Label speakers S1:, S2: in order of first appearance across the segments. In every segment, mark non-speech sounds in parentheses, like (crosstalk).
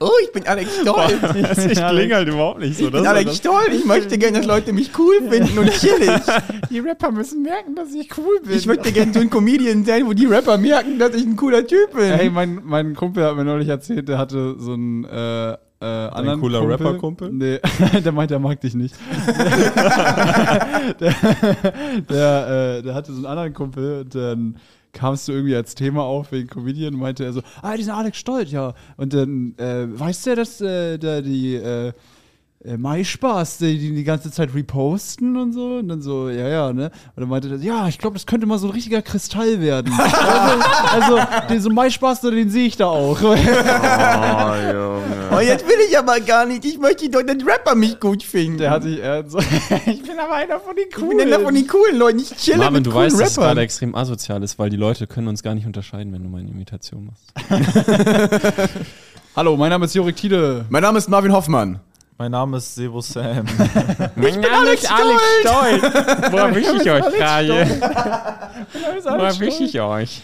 S1: oh, ich bin Alex Stoll.
S2: (laughs)
S3: Ich klinge halt überhaupt nicht so. Das
S1: Alex Stoll, ich möchte gerne, dass Leute mich cool finden und
S2: (laughs)
S1: chillig.
S2: Die Rapper müssen merken, dass ich cool bin.
S1: Ich möchte gerne so ein Comedian sein, wo die Rapper merken, dass ich ein cooler Typ bin.
S2: Ey, mein, mein Kumpel hat mir neulich erzählt, der hatte so einen äh, äh, anderen
S3: cooler
S2: Kumpel.
S3: Rapper-Kumpel?
S2: Nee, (laughs) der meint, er mag dich nicht. der, der, äh, der hatte so einen anderen Kumpel und dann kamst du irgendwie als Thema auf wegen Comedian und meinte er so, ah, diesen Alex Stolt, ja. Und dann, äh, weißt du, dass äh, da die äh, äh, MySpaß, die, die die ganze Zeit reposten und so? Und dann so, ja, ja, ne? Und dann meinte er, ja, ich glaube, das könnte mal so ein richtiger Kristall (laughs) werden. also, also den, so MySpaß, den sehe ich da auch.
S1: Oh, jetzt will ich aber gar nicht. Ich möchte doch, dass Rapper mich gut finden.
S2: (laughs) Der hat sich, er hat so, (laughs) ich bin aber einer von den
S1: ich bin
S2: Coolen.
S1: einer von den coolen Leuten. Ich chille
S3: Marvin,
S1: mit
S3: du
S1: coolen
S3: weißt, dass es
S1: Rappern.
S3: gerade extrem asozial ist, weil die Leute können uns gar nicht unterscheiden, wenn du meine Imitation machst.
S2: Hallo, mein Name ist Jorik Tiede.
S1: mein Name ist Marvin Hoffmann.
S4: Mein Name ist Sebo Sam.
S3: Mein Name ist Alex Stoll. Woher wisch ich euch gerade? Woher wisch ich euch?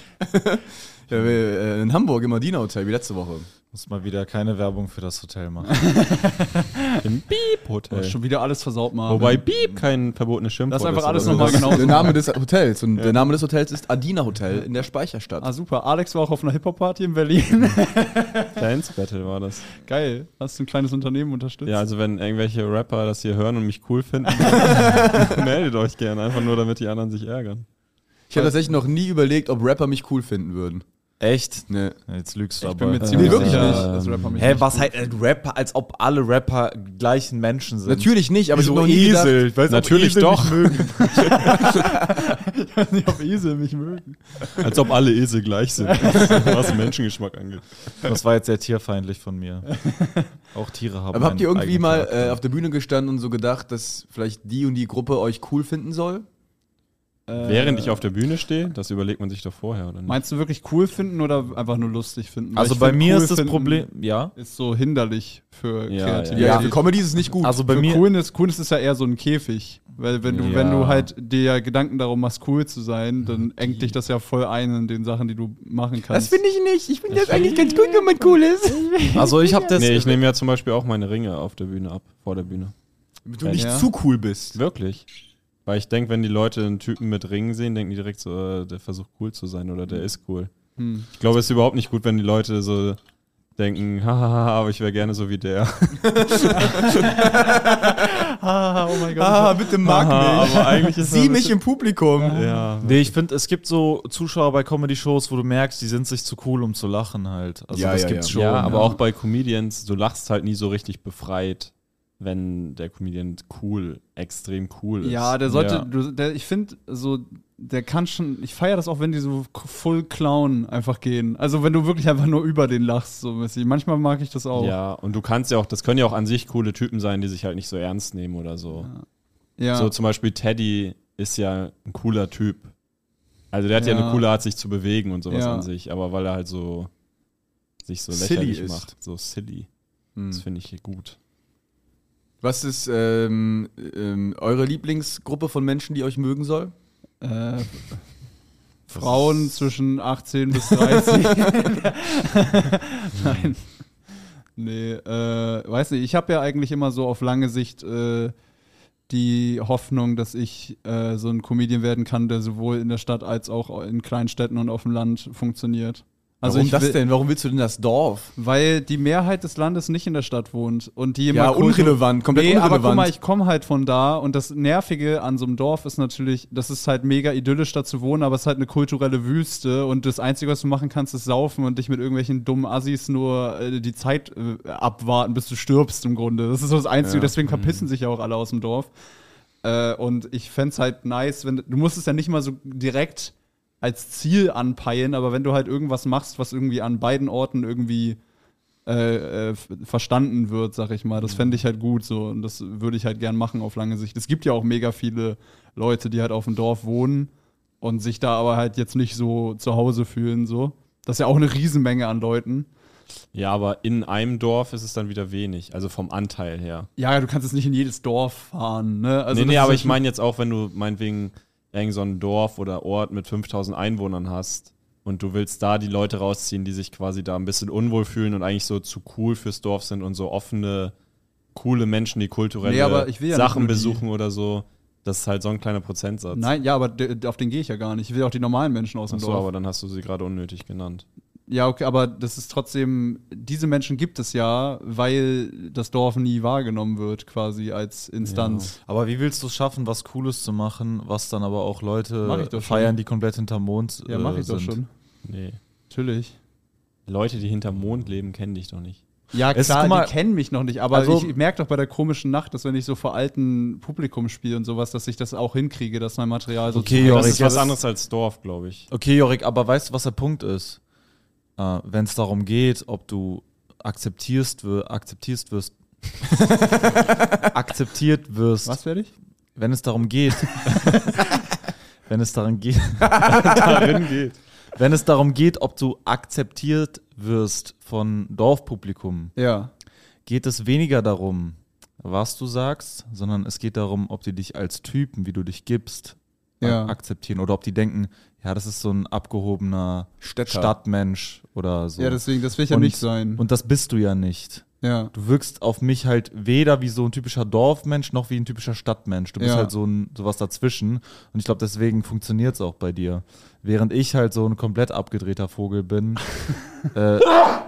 S1: Ja, wir, äh, In Hamburg, im Adina Hotel, wie letzte Woche.
S4: (laughs) Muss mal wieder keine Werbung für das Hotel machen. (laughs)
S3: Im
S2: Oh,
S3: Beep-Hotel.
S2: schon wieder alles versaut, Marvin.
S3: Wobei Beep kein verbotenes Schimpfwort
S2: Oh, Lass einfach alles
S3: oder
S2: nochmal
S3: so.
S2: genau so
S1: der Name des Hotels. Und der Name des Hotels ist Adina Hotel in der Speicherstadt.
S2: Ah, super. Alex war auch auf einer Hip-Hop-Party in Berlin.
S3: (laughs) Dance Battle war das.
S2: Geil. Hast du ein kleines Unternehmen unterstützt?
S3: Ja, also wenn irgendwelche Rapper das hier hören und mich cool finden, (laughs) meldet euch gerne. Einfach nur, damit die anderen sich ärgern.
S1: Ich habe tatsächlich noch nie überlegt, ob Rapper mich cool finden würden.
S4: Echt?
S1: Nee.
S4: Jetzt lügst du
S2: ich
S4: aber.
S2: bin mir ziemlich
S1: wirklich
S2: sicher,
S1: nicht.
S2: dass Rapper mich
S4: Hä,
S2: nicht
S4: was
S2: gut-
S4: halt äh, Rapper, als ob alle Rapper gleichen Menschen sind.
S1: Natürlich nicht, aber ich habe
S4: so
S1: noch nie gedacht,
S4: Esel. Ich weiß, ob
S3: Natürlich
S4: Esel
S3: doch.
S4: mich mögen.
S2: Ich weiß nicht, ob Esel mich mögen.
S3: Als ob alle Esel gleich sind, was Menschengeschmack angeht.
S4: Das war jetzt sehr tierfeindlich von
S2: (laughs)
S4: mir. Auch Tiere haben.
S1: Aber habt ihr
S4: einen
S1: irgendwie
S4: eigenen
S1: mal
S4: Charakter.
S1: äh, auf der Bühne gestanden und so gedacht, dass vielleicht die und die Gruppe euch cool finden soll?
S2: Äh,
S3: Während ich auf der Bühne stehe, das überlegt man sich doch vorher, oder nicht?
S2: Meinst du wirklich cool finden oder einfach nur lustig finden? Weil
S4: also
S2: ich
S4: bei
S2: find,
S4: mir
S2: cool
S4: ist das
S2: finden
S4: Problem. Ja.
S2: Ist so hinderlich für
S3: Ja,
S2: Kreativität.
S3: Ja,
S1: für Comedy ist es nicht gut.
S4: Also bei
S2: Bei
S4: mir.
S2: mir Coolness, Coolness ist ja eher so ein Käfig. Weil wenn du,
S4: Ja. Mhm.
S2: wenn du halt dir ja Gedanken darum machst, cool zu sein, dann engt dich das ja voll ein in den Sachen, die du machen kannst.
S1: ich nicht. Ich finde das eigentlich ganz gut, wenn man cool ist.
S4: Also ich habe das.
S3: Nee, ich nehme ja zum Beispiel auch meine Ringe auf der Bühne ab, vor der Bühne.
S1: Du nicht
S2: Ja.
S1: zu cool (laughs) bist.
S3: Wirklich. Weil ich denke, wenn die Leute einen Typen mit Ringen sehen, denken die direkt so, äh, der versucht cool zu sein oder der ist cool.
S2: Hm.
S3: Ich glaube, es ist überhaupt nicht gut, wenn die Leute so denken, (laughs) hahaha, aber ich wäre gerne so wie der. (laughs)
S2: Ah, oh
S4: (laughs)
S2: mein Gott.
S1: Ah, bitte mag
S3: Haha,
S1: mich.
S3: aber eigentlich ist
S1: Sieh
S3: man ein
S1: mich im Publikum.
S3: bisschen- Ja.
S4: Nee, ich finde, es gibt so Zuschauer bei Comedy-Shows, wo du merkst, die sind sich zu cool, um zu lachen halt. Also
S1: Ja,
S4: das
S1: ja,
S4: gibt's
S1: ja.
S4: schon.
S3: ja, aber auch bei Comedians, du lachst halt nie so richtig befreit, wenn der Comedian cool, extrem cool ist.
S2: Ja, der sollte,
S3: Ja.
S2: Du, der, ich finde, so, der kann schon, ich feiere das auch, wenn die so k- full clown einfach gehen. Also wenn du wirklich einfach nur über den lachst, so mäßig. Manchmal mag ich das auch.
S3: Ja, und du kannst ja auch, das können ja auch an sich coole Typen sein, die sich halt nicht so ernst nehmen oder so.
S2: Ja.
S3: So zum Beispiel Teddy ist ja ein cooler Typ. Also der hat ja,
S2: Ja.
S3: eine coole Art, sich zu bewegen und sowas
S2: Ja.
S3: an sich, aber weil er halt so sich so
S1: Silly
S3: lächerlich
S1: ist.
S3: macht. So silly. Das
S2: Hm.
S3: finde ich hier gut.
S1: Hm. Was ist ähm, ähm, eure Lieblingsgruppe von Menschen, die euch mögen soll?
S2: äh, Frauen zwischen 18 bis
S1: (laughs)
S2: 30. Nein. Nee, äh, weiß nicht. Ich habe ja eigentlich immer so auf lange Sicht äh, die Hoffnung, dass ich äh, so ein Comedian werden kann, der sowohl in der Stadt als auch in kleinen Städten und auf dem Land funktioniert. Also
S1: Warum
S2: ich
S1: das
S2: will-
S1: denn? Warum willst du denn das Dorf?
S2: Weil die Mehrheit des Landes nicht in der Stadt wohnt und die
S1: Ja,
S2: immer kurz-
S1: unrelevant, komplett
S2: nee, aber guck
S1: unrelevant.
S2: mal, ich komme halt von da und das Nervige an so einem Dorf ist natürlich, das ist halt mega idyllisch da zu wohnen, aber es ist halt eine kulturelle Wüste und das Einzige, was du machen kannst, ist saufen und dich mit irgendwelchen dummen Assis nur äh, die Zeit äh, abwarten, bis du stirbst im Grunde. Das ist so das Einzige, deswegen
S1: Mhm.
S2: verpissen sich ja auch alle aus dem Dorf. Äh, und ich fänd's halt nice, wenn du musst es ja nicht mal so direkt als Ziel anpeilen, aber wenn du halt irgendwas machst, was irgendwie an beiden Orten irgendwie äh, äh, f- verstanden wird, sag ich mal. Das fände ich halt gut so und das würde ich halt gern machen auf lange Sicht. Es gibt ja auch mega viele Leute, die halt auf dem Dorf wohnen und sich da aber halt jetzt nicht so zu Hause fühlen so. Das ist ja auch eine Riesenmenge an Leuten.
S3: Ja, aber in einem Dorf ist es dann wieder wenig, also vom Anteil her.
S2: Ja, du kannst jetzt nicht in jedes Dorf fahren, ne? Also
S3: nee,
S2: das
S3: nee,
S2: ist
S3: aber
S2: ja
S3: ich
S2: schon-
S3: meine jetzt auch, wenn du meinetwegen irgend so ein Dorf oder Ort mit 5000 Einwohnern hast und du willst da die Leute rausziehen, die sich quasi da ein bisschen unwohl fühlen und eigentlich so zu cool fürs Dorf sind und so offene, coole Menschen, die kulturelle
S2: Nee, aber ich will ja nicht
S3: Sachen
S2: nur die-
S3: besuchen oder so. Das ist halt so ein kleiner Prozentsatz.
S2: Nein, ja, aber d- auf den gehe ich ja gar nicht. Ich will auch die normalen Menschen aus dem
S3: Achso,
S2: Dorf.
S3: aber dann hast du sie gerade unnötig genannt.
S2: Ja, okay, aber das ist trotzdem, diese Menschen gibt es ja, weil das Dorf nie wahrgenommen wird, quasi als Instanz.
S4: Aber wie willst du es schaffen, was Cooles zu machen, was dann aber auch
S2: Mach
S4: Leute
S2: ich doch schon.
S4: feiern, die komplett hinterm Mond äh,
S2: Ja, mache ich
S4: sind?
S2: doch schon.
S3: Nee.
S2: Natürlich.
S3: Leute, die hinterm Mond leben, kennen dich doch nicht.
S2: Ja,
S4: Es-
S2: klar,
S4: guck mal-
S2: die kennen mich noch nicht, aber
S4: Also-
S2: ich merke doch bei der komischen Nacht, dass wenn ich so vor alten Publikum spiele und sowas, dass ich das auch hinkriege, dass mein Material so
S4: Okay,
S2: zu-
S4: ja,
S3: Das
S4: Jorik,
S3: ist was
S4: das-
S3: anderes als Dorf, glaube ich.
S4: Okay, Jorik, aber weißt du, was der Punkt ist? Äh, Wenn es darum geht, ob du akzeptierst, wir- akzeptierst
S3: (laughs)
S4: wirst, akzeptiert wirst,
S2: Was werde ich?
S4: wenn es darum
S3: (laughs)
S4: geht, wenn es darum geht,
S3: Darin geht.
S4: wenn es darum geht, ob du akzeptiert wirst von Dorfpublikum,
S2: Ja.
S4: geht es weniger darum, was du sagst, sondern es geht darum, ob die dich als Typen, wie du dich gibst,
S2: Ja.
S4: äh, akzeptieren oder ob die denken, ja, das ist so ein abgehobener
S1: Städter.
S4: Stadtmensch oder so.
S2: Ja, deswegen, das will ich ja
S4: Und-
S2: nicht sein.
S4: Und das bist du ja nicht.
S2: ja.
S4: Du wirkst auf mich halt weder wie so ein typischer Dorfmensch noch wie ein typischer Stadtmensch. Du bist
S2: Ja.
S4: halt so ein sowas dazwischen. Und ich glaube, deswegen funktioniert es auch bei dir. Während ich halt so ein komplett abgedrehter Vogel
S2: (laughs)
S4: bin, äh,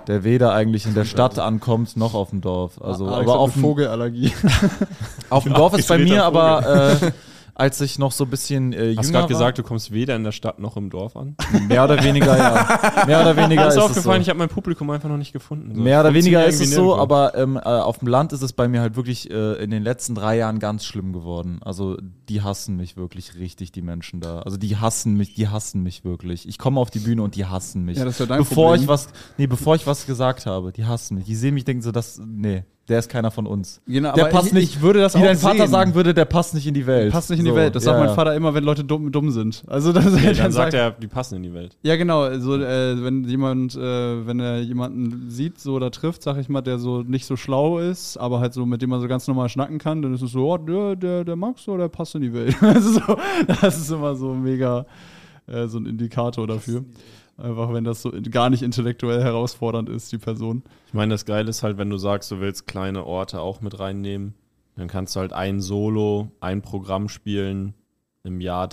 S4: der weder eigentlich in der Stadt ankommt noch auf dem Dorf. Also,
S2: Alex
S4: aber
S2: hat
S4: auf
S2: eine
S4: dem
S2: Vogelallergie.
S4: auf dem Dorf ist bei mir
S3: Abgedrehter
S4: aber, äh, als ich noch so ein bisschen äh, jünger
S3: Hast gerade
S4: war,
S3: gesagt, du kommst weder in der Stadt noch im Dorf an?
S4: mehr (laughs) oder weniger, ja. Mehr
S3: (laughs)
S4: oder weniger
S3: Mir
S4: ist
S3: ist
S4: es
S3: aufgefallen,
S4: so.
S3: ich habe mein Publikum einfach noch nicht gefunden. So,
S4: Mehr oder
S3: funktioniert
S4: weniger ist es
S3: irgendwie
S4: so,
S3: nirgendwo.
S4: aber ähm, äh, auf dem Land ist es bei mir halt wirklich äh, in den letzten drei Jahren ganz schlimm geworden. Also die hassen mich wirklich richtig, die Menschen da. Also die hassen mich, die hassen mich wirklich. Ich komme auf die Bühne und die hassen mich.
S2: Ja, das ist ja dein
S4: bevor
S2: Problem.
S4: ich was, nee, bevor ich was gesagt habe, die hassen mich. Die sehen mich, denken so, das, nee, der ist keiner von uns.
S2: Genau,
S4: der
S2: aber
S4: passt
S2: ich-
S4: nicht.
S2: ich würde das
S4: wie
S2: auch
S4: dein Vater
S2: sehen.
S4: sagen würde, der passt nicht in die Welt.
S2: Passt nicht in die
S4: So,
S2: Welt. Das
S4: ja,
S2: sagt mein
S4: ja.
S2: Vater immer, wenn Leute dumm, dumm sind. Also das
S3: Nee, (laughs) dann sagt er, die passen in die Welt.
S2: Ja, genau. Also, äh, wenn jemand, äh, wenn er jemanden sieht so oder trifft, sag ich mal, der so nicht so schlau ist, aber halt so, mit dem man so ganz normal schnacken kann, dann ist es so, oh, der, der, der Max, oh, der passt in die Welt. (laughs) Das ist, so, das ist immer so mega äh, so ein Indikator dafür. Einfach, wenn das so in- gar nicht intellektuell herausfordernd ist, die Person.
S3: Ich meine, das Geile ist halt, wenn du sagst, du willst kleine Orte auch mit reinnehmen, dann kannst du halt ein Solo, ein Programm spielen im Jahr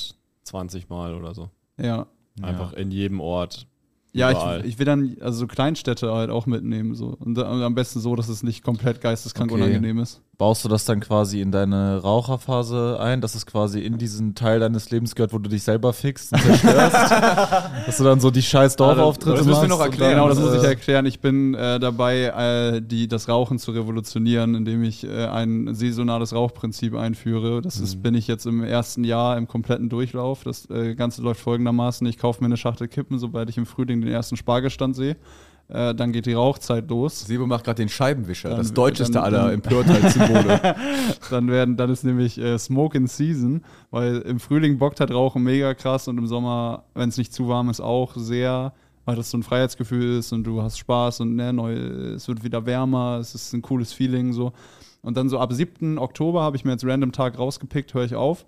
S3: 320 Mal oder so.
S2: Ja.
S3: Einfach in jedem Ort.
S2: Ja,
S3: Überall.
S2: ich, ich will dann also so Kleinstädte halt auch mitnehmen. So. Und, da- und am besten so, dass es nicht komplett geisteskrank
S4: Okay.
S2: unangenehm ist.
S4: Baust du das dann quasi in deine Raucherphase ein, dass es quasi in diesen Teil deines Lebens gehört, wo du dich selber fickst und (laughs) zerstörst? dass du dann so die scheiß Dorfauftritte
S1: das
S4: machst?
S1: müssen wir noch
S4: und
S1: erklären,
S4: dann,
S2: Genau, das muss ich
S4: äh,
S2: erklären. Ich bin äh, dabei, äh, die, das Rauchen zu revolutionieren, indem ich äh, ein saisonales Rauchprinzip einführe. Das
S4: Mhm.
S2: ist, bin ich jetzt im ersten Jahr im kompletten Durchlauf. Das äh, Ganze läuft folgendermaßen. Ich kaufe mir eine Schachtel Kippen, sobald ich im Frühling den ersten Spargelstand sehe. Äh, dann geht die Rauchzeit los.
S1: Sebo macht gerade den Scheibenwischer,
S2: Dann-
S1: das deutscheste
S2: dann-
S1: aller (laughs)
S2: dann-
S1: Empörtheitssymbole.
S2: Dann, werden, dann ist nämlich äh, Smoke in Season, weil im Frühling bockt halt Rauchen mega krass und im Sommer, wenn es nicht zu warm ist, auch sehr, weil das so ein Freiheitsgefühl ist und du hast Spaß und ne, neu, es wird wieder wärmer, es ist ein cooles Feeling so. Und dann so ab 7. Oktober habe ich mir jetzt random Tag rausgepickt, höre ich auf,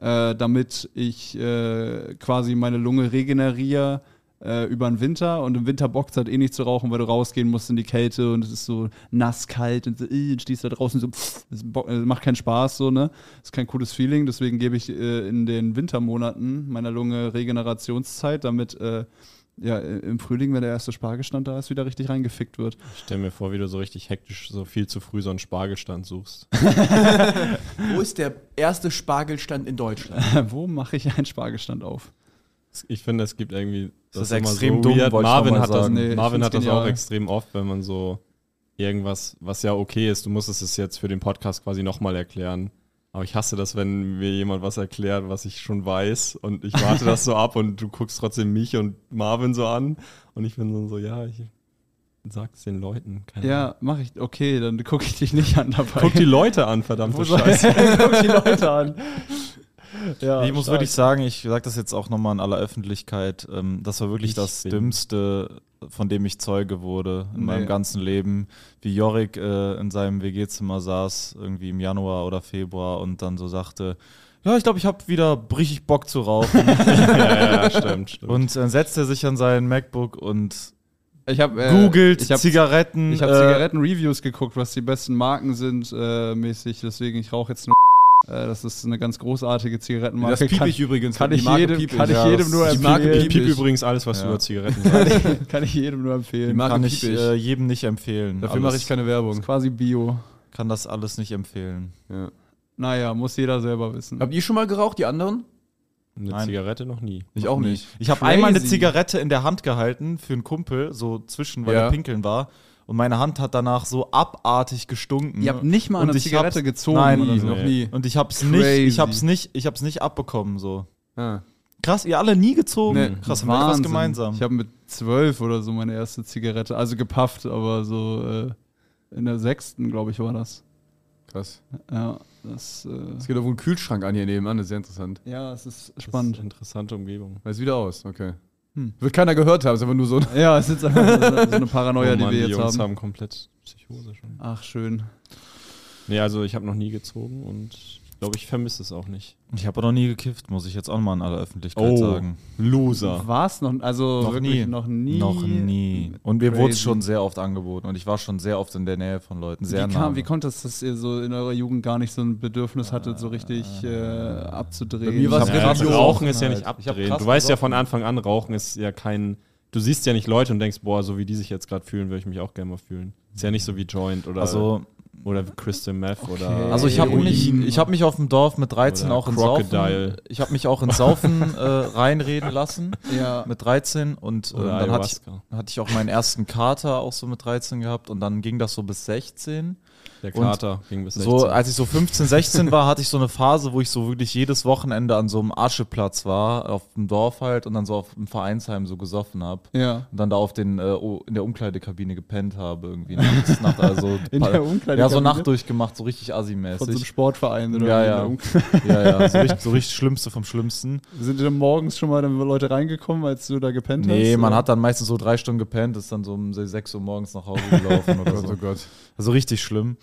S2: äh, damit ich äh, quasi meine Lunge regeneriere äh, über den Winter. Und im Winter bockt es halt eh nicht zu rauchen, weil du rausgehen musst in die Kälte und es ist so nass kalt und so, äh, und stehst da draußen so, pff, es bo- äh, macht keinen Spaß so, ne? Ist kein cooles Feeling. Deswegen gebe ich äh, in den Wintermonaten meiner Lunge Regenerationszeit, damit äh, ja, äh, im Frühling, wenn der erste Spargelstand da ist, wieder richtig reingefickt wird.
S3: Ich stell mir vor, wie du so richtig hektisch, so viel zu früh so einen Spargelstand suchst.
S1: Wo ist der erste Spargelstand in Deutschland?
S2: Wo mache ich einen Spargelstand auf?
S3: Ich finde, es gibt irgendwie.
S1: Das ist
S3: immer
S1: extrem dumm,
S3: weird.
S1: wollte ich
S3: Marvin
S1: nochmal
S3: hat das,
S1: sagen.
S2: Nee, ich
S3: Marvin
S2: find's
S3: hat das auch
S2: genial.
S3: extrem oft, wenn man so irgendwas, was ja okay ist, du musstest es jetzt für den Podcast quasi nochmal erklären. Aber ich hasse das, wenn mir jemand was erklärt, was ich schon weiß und ich warte das so ab und du guckst trotzdem mich und Marvin so an und ich bin so, so ja, ich sag's den Leuten. Keine Ahnung.
S2: Ja, mache ich. Okay, dann gucke ich dich nicht an dabei.
S3: Guck die Leute an, verdammte
S2: Wo soll-
S3: Scheiße.
S2: (laughs) guck die Leute an. Ja,
S4: ich muss
S2: stark.
S4: wirklich sagen, ich sage das jetzt auch nochmal in aller Öffentlichkeit, ähm, das war wirklich
S3: Ich
S4: das
S3: bin-
S4: Dümmste, von dem ich Zeuge wurde in
S2: Nee.
S4: meinem ganzen Leben. Wie Jorik äh, in seinem WG-Zimmer saß, irgendwie im Januar oder Februar und dann so sagte, ja, ich glaube, ich habe wieder richtig Bock zu
S2: (laughs)
S4: rauchen.
S3: ja, ja, stimmt, stimmt.
S4: und dann setzte er sich an sein MacBook und
S2: Ich hab, äh,
S4: googelt
S2: ich hab,
S4: Zigaretten.
S2: Ich habe
S4: äh,
S2: Zigaretten-Reviews geguckt, was die besten Marken sind, äh, mäßig. Deswegen, ich rauche jetzt nur. Äh, das ist eine ganz großartige Zigarettenmarke.
S1: Das piep
S2: Kann-
S1: ich übrigens.
S2: kann
S1: die
S2: ich
S1: Marke
S2: jedem-
S1: piep
S2: kann ich
S1: Ja,
S2: jedem
S1: das-
S2: nur
S1: Die Marke
S2: empfehlen.
S1: piep
S3: ich piep
S1: ich.
S3: übrigens alles, was
S4: Ja.
S3: du über Zigaretten sagst.
S2: Kann ich jedem nur empfehlen.
S1: Die Marke
S4: kann
S1: piep
S4: ich
S1: ich.
S4: äh, jedem nicht empfehlen.
S1: Dafür mache ich keine
S2: ist
S1: Werbung.
S2: quasi Bio.
S4: kann das alles nicht empfehlen.
S2: Naja, muss jeder selber wissen.
S1: Habt ihr schon mal geraucht, die anderen?
S3: Eine
S4: Nein.
S3: Zigarette noch nie.
S1: Ich auch nicht.
S4: Ich habe einmal eine
S2: Crazy.
S4: Zigarette in der Hand gehalten für einen Kumpel, so zwischen, weil
S1: Ja.
S4: er pinkeln war. Und meine Hand hat danach so abartig gestunken.
S2: Ihr habt nicht mal
S4: Und
S2: eine
S4: ich
S2: Zigarette
S4: hab's-
S2: gezogen
S4: Nein,
S2: oder so.
S3: noch nie.
S4: Und ich hab's nicht, ich
S2: Crazy.
S4: hab's nicht, ich hab's nicht abbekommen so.
S1: Ah.
S4: Krass, ihr alle nie gezogen.
S2: Nee,
S4: Krass, haben wir etwas
S2: Wahnsinn.
S4: gemeinsam.
S2: Ich habe mit zwölf oder so meine erste Zigarette, also gepafft, aber so äh, in der sechsten, glaube ich, war das.
S1: Krass.
S2: Ja, das, äh,
S1: Es geht auf einen Kühlschrank an hier nebenan, das ist sehr interessant.
S2: ja, es ist
S3: Spannend.
S2: spannend.
S3: interessante Umgebung.
S1: Weiß wieder aus, okay.
S2: Hm.
S1: Wird keiner gehört haben, ist einfach nur so. ein-
S2: Ja, es ist einfach so eine, so eine Paranoia,
S3: (laughs) Oh
S2: die
S3: Mann,
S2: wir jetzt
S3: Jungs
S2: haben.
S3: haben komplett Psychose schon.
S2: Ach, schön.
S3: Nee, also ich habe noch nie gezogen und ich glaube, ich vermisse es auch nicht.
S4: Ich habe noch nie gekifft, muss ich jetzt auch noch mal in aller Öffentlichkeit
S3: Oh.
S4: sagen.
S3: Loser.
S2: War es noch, also
S4: Noch nie.
S2: wirklich noch nie.
S4: Noch nie. Und mir
S2: Crazy.
S4: wurde es schon sehr oft angeboten und ich war schon sehr oft in der Nähe von Leuten. Sehr
S2: Wie,
S4: nah.
S2: kam, wie kommt es, dass ihr so in eurer Jugend gar nicht so ein Bedürfnis hattet, so richtig äh, abzudrehen?
S1: Bei mir war's
S2: Ich hab
S1: Ja,
S2: krass
S1: Religion.
S3: Rauchen ist ja nicht
S4: halt. Ich hab
S3: abdrehen.
S4: krass
S3: Du weißt ja von Anfang an, Rauchen ist ja kein. Du siehst ja nicht Leute und denkst, boah, so wie die sich jetzt gerade fühlen, würde ich mich auch gerne mal fühmen. Ist ja nicht so wie Joint oder,
S4: Also,
S3: oder Crystal Meth oder.
S4: Also ich habe
S2: Heroin.
S4: mich, ich hab mich auf dem Dorf mit 13
S3: Oder
S4: auch in
S3: Crocodile.
S4: Saufen, ich habe mich auch in
S2: (laughs)
S4: Saufen äh, reinreden lassen
S2: Ja.
S4: mit 13 und äh,
S3: Oder
S4: dann hatte
S3: Ayahuasca.
S4: ich, hatte ich auch meinen ersten Kater auch so mit 13 gehabt und dann ging das so bis 16.
S3: Der
S4: und
S3: Kater ging bis 16.
S4: So als ich so 15, 16 war, hatte ich so eine Phase, wo ich so wirklich jedes Wochenende an so einem Ascheplatz war, auf dem Dorf halt und dann so auf dem Vereinsheim so gesoffen habe.
S2: Ja.
S4: Und dann da auf den, äh, o- in der Umkleidekabine gepennt habe, irgendwie.
S2: (laughs)
S4: Nachts, Nacht, also,
S2: In der
S4: Ja, so
S2: Umkleidekabine?
S4: Nacht durchgemacht, so richtig
S2: Von so einem
S4: assi-mäßig.
S2: Sportverein oder
S4: Ja, ja.
S2: wie, ne?
S4: ja, ja, so richtig, so richtig Schlimmste vom Schlimmsten.
S2: Sind denn morgens schon mal dann Leute reingekommen, als du da gepennt hast?
S4: Nee, man
S2: Oder?
S4: hat dann meistens so drei Stunden gepennt, ist dann so um 6 Uhr morgens nach Hause gelaufen
S2: (laughs)
S4: oder
S1: Oh (laughs) Gott,
S4: so.
S1: oh Gott.
S4: Also richtig schlimm.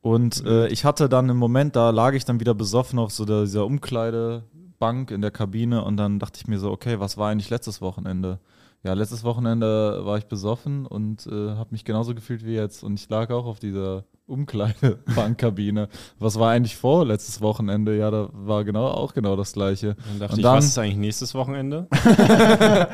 S4: Und äh, ich hatte dann im Moment, da lag ich dann wieder besoffen auf so der, dieser Umkleidebank in der Kabine und dann dachte ich mir so, okay, was war eigentlich letztes Wochenende? Ja, letztes Wochenende war ich besoffen und äh, habe mich genauso gefühlt wie jetzt und ich lag auch auf dieser Umkleidebankkabine. was war eigentlich vor letztes Wochenende? Ja, da war genau auch genau das gleiche.
S3: dann dachte
S4: und
S3: ich,
S4: dann-
S3: was ist eigentlich
S4: (laughs)
S3: nächstes Wochenende?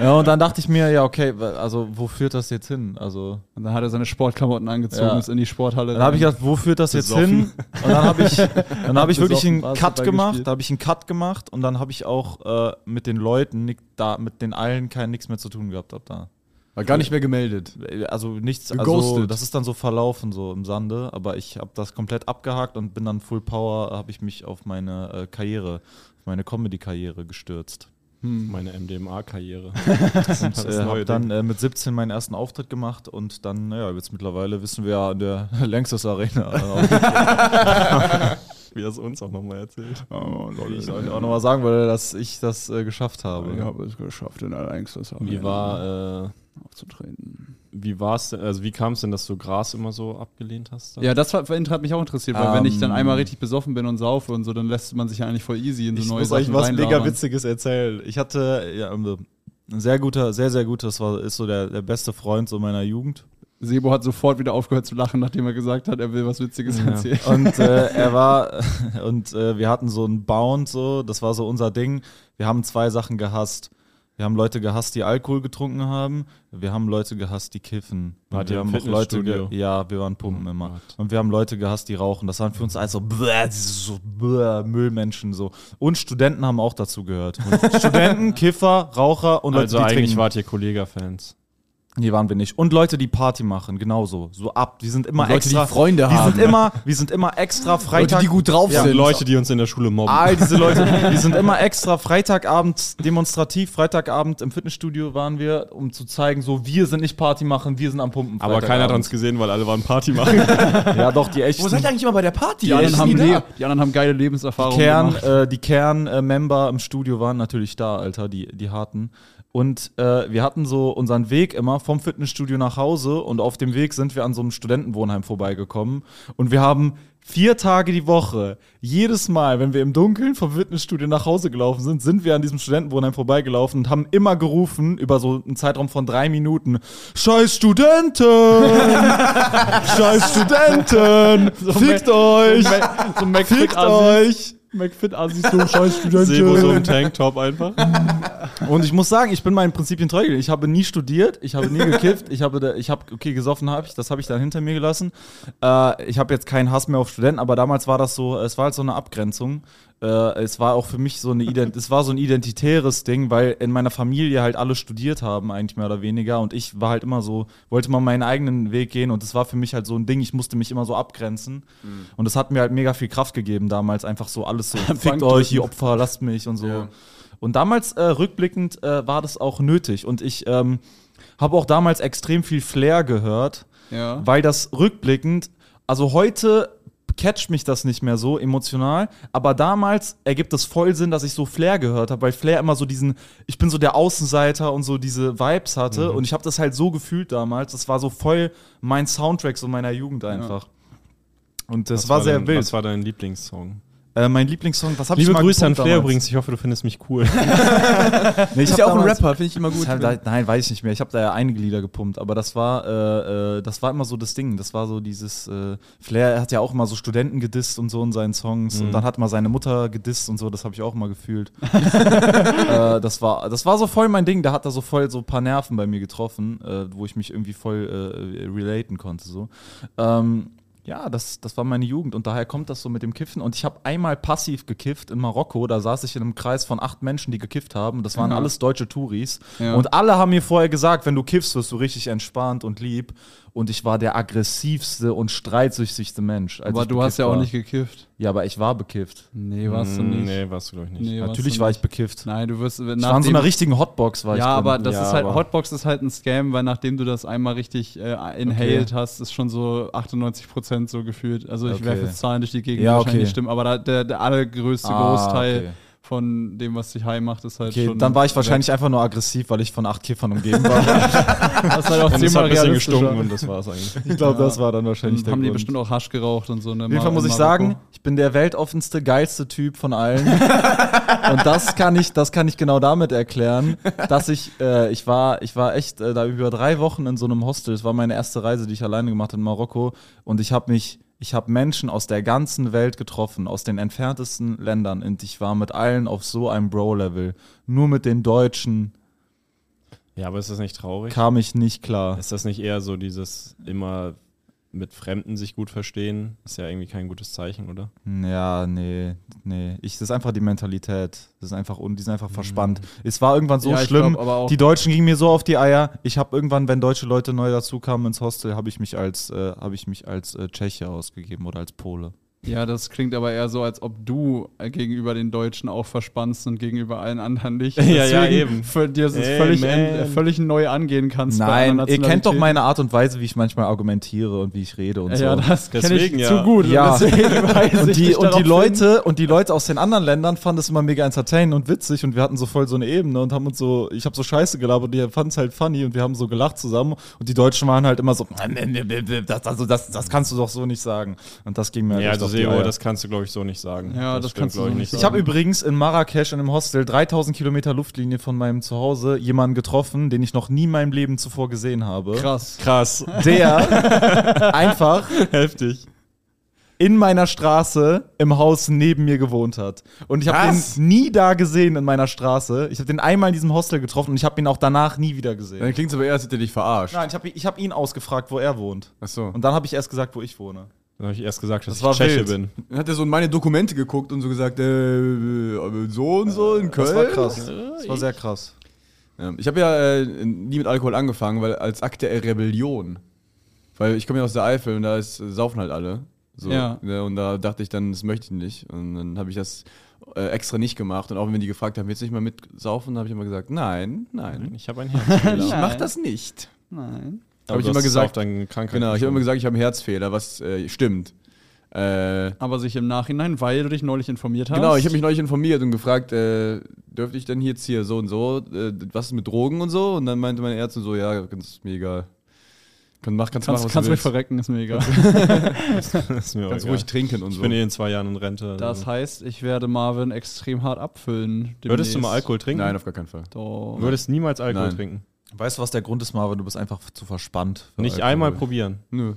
S4: Ja, und dann dachte ich mir, ja, okay, wa- also wo führt das jetzt hin? Also
S2: Und dann hat er seine Sportklamotten angezogen
S4: Ja.
S2: und ist in die Sporthalle.
S4: Dann habe ich gedacht, wo führt das jetzt hin?
S3: Besoffen.
S4: Und dann habe ich, dann habe ich wirklich
S2: Besoffen,
S4: einen
S2: Basketball
S4: Cut gemacht.
S2: gespielt.
S4: Da habe ich einen Cut gemacht und dann habe ich auch äh, mit den Leuten, nick- da mit den allen kein nichts mehr zu tun gehabt ab da.
S1: War gar nicht mehr gemeldet.
S4: Äh, Also nichts, also
S1: Geghostet.
S4: das ist dann so verlaufen so im Sande, aber ich habe das komplett abgehakt und bin dann Full Power, habe ich mich auf meine äh, Karriere, auf meine Comedy-Karriere gestürzt.
S3: Meine
S4: (laughs)
S3: MDMA-Karriere.
S4: Und
S3: Das
S4: äh, habe
S3: neue
S4: Hm. dann äh, mit 17 meinen ersten Auftritt gemacht und dann, naja, jetzt mittlerweile wissen wir ja in der (laughs) Lanxess Arena. äh,
S3: Wie er es uns auch nochmal erzählt.
S2: Oh, Leute,
S4: Ich soll auch nochmal sagen, weil dass ich das äh, geschafft habe.
S2: Ich habe es geschafft, in aller Angst das
S3: Wie war. Äh,
S2: aufzutreten.
S3: Wie war's denn, also wie kam es denn, dass du Gras immer so abgelehnt hast? dann?
S2: Ja, das war, hat mich auch interessiert, weil wenn ich dann
S4: Ähm.
S2: einmal richtig besoffen bin und saufe und so, dann lässt man sich ja eigentlich voll easy in so
S4: Ich
S2: neue
S4: muss
S2: Sachen
S4: euch was mega
S2: reinlabern.
S4: Witziges erzählen. Ich hatte ja, ähm, ein sehr guter, sehr, sehr guter, das war, ist so der, der beste Freund so meiner Jugend.
S2: Sebo hat sofort wieder aufgehört zu lachen, nachdem er gesagt hat, er will was Witziges erzählen.
S4: Und äh, er war, (laughs) und äh, wir hatten so einen Bound, so, das war so unser Ding. Wir haben zwei Sachen gehasst. Wir haben Leute gehasst, die Alkohol getrunken haben. Wir haben Leute gehasst, die kiffen. Und
S3: Wart ihr
S4: wir
S3: im
S4: haben auch Leute ge-
S3: Fitnessstudio?
S4: ja, wir waren
S1: Oh
S4: pumpen immer. Und wir haben Leute gehasst, die rauchen. Das waren für uns alles so, bläh, so bläh, Müllmenschen so. Und Studenten haben auch dazu gehört.
S1: (laughs)
S4: Und Studenten, Kiffer, Raucher und Leute,
S3: Also
S4: die
S3: eigentlich
S4: trinken.
S3: wart ihr Kollega-Fans.
S4: Nee, waren wir nicht. Und Leute, die Party machen, genauso. So ab. Die sind immer
S1: Und Leute, die
S4: extra.
S1: Freunde
S4: die
S1: haben.
S4: Sind immer, wir sind immer extra Freitag.
S1: Leute, die gut drauf
S3: Ja,
S1: sind.
S3: Leute, die uns in der Schule mobben.
S4: All diese Leute, die sind immer extra Freitagabend demonstrativ. Freitagabend im Fitnessstudio waren wir, um zu zeigen, so wir sind nicht Party machen, wir sind am Pumpen.
S3: Aber keiner hat uns gesehen, weil alle waren Party machen.
S4: Ja, doch die echten.
S1: eigentlich immer bei der Party?
S2: Die anderen, haben Le- die anderen haben geile Lebenserfahrungen.
S4: Kern,
S2: gemacht.
S4: äh, die Kern-Member im Studio waren natürlich da, Alter, die, die harten. Und äh, wir hatten so unseren Weg immer vom Fitnessstudio nach Hause und auf dem Weg sind wir an so einem Studentenwohnheim vorbeigekommen und wir haben vier Tage die Woche, jedes Mal, wenn wir im Dunkeln vom Fitnessstudio nach Hause gelaufen sind, sind wir an diesem Studentenwohnheim vorbeigelaufen und haben immer gerufen über so einen Zeitraum von drei Minuten, Scheiß Studenten! Scheiß Studenten!
S2: (laughs)
S4: Fickt euch!
S2: so Mac
S4: Fickt euch!
S2: McFit-Assis, so scheiß
S3: Sebo so
S2: Studenten.
S3: im Tanktop einfach.
S4: Und ich muss sagen, ich bin meinen Prinzipien treu geblieben. Ich habe nie studiert, ich habe nie gekifft, ich habe, da, ich habe, okay, gesoffen habe ich, das habe ich dann hinter mir gelassen. Äh, ich habe jetzt keinen Hass mehr auf Studenten, aber damals war das so, es war halt so eine Abgrenzung. Äh, es war auch für mich so eine, Ident es war so ein identitäres Ding, weil in meiner Familie halt alle studiert haben, eigentlich mehr oder weniger. Und ich war halt immer so, wollte mal meinen eigenen Weg gehen und es war für mich halt so ein Ding, ich musste mich immer so abgrenzen. Und das hat mir halt mega viel Kraft gegeben damals, einfach so alles so, fickt euch, ihr Opfer, lasst mich und so. Und damals, äh, rückblickend, äh, war das auch nötig. Und ich ähm, habe auch damals extrem viel Flair gehört,
S2: Ja.
S4: weil das rückblickend, also heute catcht mich das nicht mehr so emotional, aber damals ergibt es voll Sinn, dass ich so Flair gehört habe, weil Flair immer so diesen, ich bin so der Außenseiter und so diese Vibes hatte und ich habe das halt so gefühlt damals, das war so voll mein Soundtrack so meiner Jugend einfach. Und das
S3: Was
S4: war, sehr
S3: dein,
S4: wild.
S3: Was war dein Lieblingssong?
S4: äh, mein Lieblingssong, was habe ich
S3: Liebe
S4: mal
S3: Grüße an
S4: gepumpt
S3: Flair
S4: damals?
S3: übrigens. Ich hoffe, du findest mich cool.
S4: Nee, ich
S1: Ist
S4: hab
S1: ja auch ein
S4: damals-
S1: Rapper, finde ich immer gut.
S4: Das hab- halt da, nein, weiß ich nicht mehr. Ich habe da ja einige Lieder gepumpt, aber das war, äh, äh, das war immer so das Ding. Das war so dieses äh, Flair hat ja auch immer so Studenten gedisst und so in seinen Songs und dann hat mal seine Mutter gedisst und so. Das habe ich auch mal gefühlt. äh, das war, das war so voll mein Ding. Da hat er so voll so ein paar Nerven bei mir getroffen, äh, wo ich mich irgendwie voll äh, relaten konnte so. Ähm, ja, das, das war meine Jugend und daher kommt das so mit dem Kiffen. Und ich habe einmal passiv gekifft in Marokko. Da saß ich in einem Kreis von acht Menschen, die gekifft haben. Das waren
S2: Genau.
S4: alles deutsche Touris.
S2: Ja.
S4: Und alle haben mir vorher gesagt, wenn du kiffst, wirst du richtig entspannt und lieb. Und ich war der aggressivste und streitsüchtigste Mensch. als
S2: Aber
S4: also ich
S2: du hast
S4: bekifft
S2: ja auch
S4: war.
S2: nicht gekifft.
S4: Ja, aber ich war bekifft.
S2: Nee, warst
S4: Mm,
S2: du nicht.
S3: Hm, Nee, warst du, glaube ich, nicht.
S2: Nee, warst
S4: Natürlich
S2: du
S4: war
S2: nicht.
S4: ich bekifft.
S2: Nein, du wirst.
S4: ich war in so einer richtigen Hotbox, war ich. drin.
S2: ja, aber das
S3: Ja,
S2: ist halt,
S3: aber-
S2: Hotbox ist halt ein Scam, weil nachdem du das einmal richtig äh, inhaled hast, ist schon so 98% so gefühlt. Also ich
S4: Okay.
S2: werfe jetzt Zahlen durch die Gegend,
S4: Ja,
S2: die wahrscheinlich
S4: okay.
S2: nicht stimmen, aber da, der, der allergrößte
S4: Ah,
S2: Großteil
S4: okay.
S2: von dem, was dich high macht, ist halt
S4: Okay,
S2: schon.
S4: dann war ich wahrscheinlich einfach nur aggressiv, weil ich von acht Kiffern umgeben
S2: (laughs)
S4: war.
S2: Das
S4: (laughs)
S2: ist halt auch
S3: Und es hat
S2: zehnmal
S3: ein bisschen
S2: realistischer.
S3: gestunken und das war es eigentlich.
S4: ich glaube, das war dann
S2: Dann
S4: wahrscheinlich der
S2: haben die
S4: Grund.
S2: bestimmt auch Hasch geraucht und so. ne? Auf
S4: Auf jeden Fall muss ich sagen, ich bin der weltoffenste, geilste Typ von allen. (laughs) und das kann ich, das kann ich genau damit erklären, dass ich, äh, ich war, ich war echt äh, da über drei Wochen in so einem Hostel. Es war meine erste Reise, die ich alleine gemacht habe in Marokko. Und ich habe mich, ich habe Menschen aus der ganzen Welt getroffen, aus den entferntesten Ländern. Und ich war mit allen auf so einem Bro-Level. Nur mit den Deutschen
S3: Ja, aber ist das nicht traurig?
S4: kam ich nicht klar.
S3: Ist das nicht eher so dieses immer mit Fremden sich gut verstehen? Ist ja irgendwie kein gutes Zeichen, oder?
S4: Ja, nee, nee. Ich, das ist einfach die Mentalität. Das ist einfach, un- die sind einfach verspannt. Es war irgendwann so
S2: Mhm. Ja, ich
S4: schlimm.
S2: glaub aber auch-
S4: die Deutschen gingen mir so auf die Eier. Ich habe irgendwann, wenn deutsche Leute neu dazukamen ins Hostel, habe ich mich als, äh, habe ich mich als äh, Tscheche ausgegeben oder als Pole.
S2: Ja, das klingt aber eher so, als ob du äh, gegenüber den Deutschen auch verspannst und gegenüber allen anderen
S4: (laughs)
S2: nicht.
S3: Ja, ja,
S2: Deswegen
S3: eben.
S2: für- Dir ist es
S3: Ey,
S2: völlig,
S3: man.
S2: en- völlig neu angehen kannst. bei
S4: Nein,
S2: anderen
S4: ihr kennt doch
S2: Nationalitäten.
S4: meine Art und Weise, wie ich manchmal argumentiere und wie ich rede und so.
S2: Ja, das kenne ich
S3: Deswegen ja.
S2: zu gut.
S4: Ja.
S2: Und deswegen weiß
S4: und
S2: ich
S4: die,
S2: dich
S4: und die
S2: darauf hin.
S4: Leute und die Leute aus den anderen Ländern fanden es immer mega entertaining und witzig und wir hatten so voll so eine Ebene und haben uns so, ich habe so Scheiße gelabert und die fanden es halt funny und wir haben so gelacht zusammen und die Deutschen waren halt immer so, das, also das, das kannst du doch so nicht sagen und das ging mir
S3: Ja,
S4: halt echt
S3: also
S4: auf die
S3: Sebo,
S4: Eier.
S3: das kannst du, glaube ich, so nicht sagen.
S2: Ja, das
S3: stimmt,
S2: kannst du
S3: glaub
S2: so nicht
S4: Ich habe übrigens in Marrakesch in einem Hostel 3000 Kilometer Luftlinie von meinem Zuhause jemanden getroffen, den ich noch nie in meinem Leben zuvor gesehen habe.
S2: Krass.
S3: (laughs) Krass,
S4: Der einfach
S3: heftig.
S2: in meiner Straße im Haus neben mir gewohnt hat. Und ich habe
S4: Was?
S2: den nie da gesehen in meiner Straße. Ich habe den einmal in diesem Hostel getroffen und ich habe ihn auch danach nie wieder gesehen.
S4: Äh.
S1: Dann klingt es aber eher, als hätte er dich verarscht.
S2: Nein, ich habe ich hab ihn ausgefragt, wo er wohnt.
S1: Achso.
S2: Und dann habe ich erst gesagt, wo ich wohne.
S3: Dann habe ich erst gesagt, dass
S2: Das war
S3: ich
S2: wild.
S3: Tscheche bin.
S1: Dann hat er so in meine Dokumente geguckt und so gesagt, äh, so und so in Köln.
S2: Äh, Das war krass. Das war sehr krass.
S1: Ja, ich habe ja äh, nie mit Alkohol angefangen, weil als Akt der Rebellion. Weil ich komme ja aus der Eifel und da ist, äh, saufen halt alle. So,
S2: Ja.
S1: ne, und da dachte ich dann, das möchte ich nicht. Und dann habe ich das äh, extra nicht gemacht. Und auch wenn die gefragt haben, willst du nicht mal mitsaufen, habe ich immer gesagt, nein, nein,
S3: Ich habe ein Herz.
S1: Hm? ich mach
S2: Nein.
S1: das nicht.
S2: Nein.
S3: Aber
S1: ich
S3: du
S1: immer
S3: hast es
S1: gesagt.
S3: auf deinen Krankheiten
S1: Genau, ich habe
S3: geschoben.
S1: immer gesagt, ich habe einen Herzfehler, was äh, stimmt. Äh,
S2: Aber sich im Nachhinein, weil du dich neulich informiert hast.
S1: Genau, ich habe mich neulich informiert und gefragt, äh, dürfte ich denn jetzt hier so und so, äh, was ist mit Drogen und so? Und dann meinte meine Ärztin so, ja, ganz mir egal. Kann, mach, kannst, machen,
S2: Kannst,
S1: was
S2: kannst
S1: du
S2: mich
S1: willst.
S2: verrecken, ist mir egal.
S3: Das ist mir
S1: Kannst
S3: egal.
S1: ruhig trinken und
S3: Ich
S1: so.
S3: bin eh in zwei Jahren in Rente.
S2: Das
S3: also.
S2: heißt, ich werde Marvin extrem hart abfüllen.
S3: Würdest
S2: demnächst.
S3: du mal Alkohol trinken?
S1: Nein, auf gar keinen Fall.
S2: Doch.
S3: Du würdest niemals Alkohol
S1: Nein.
S3: trinken.
S4: Weißt du, was der Grund ist, Marvin? Du bist einfach zu verspannt.
S3: Nicht einmal probieren.
S1: Nö.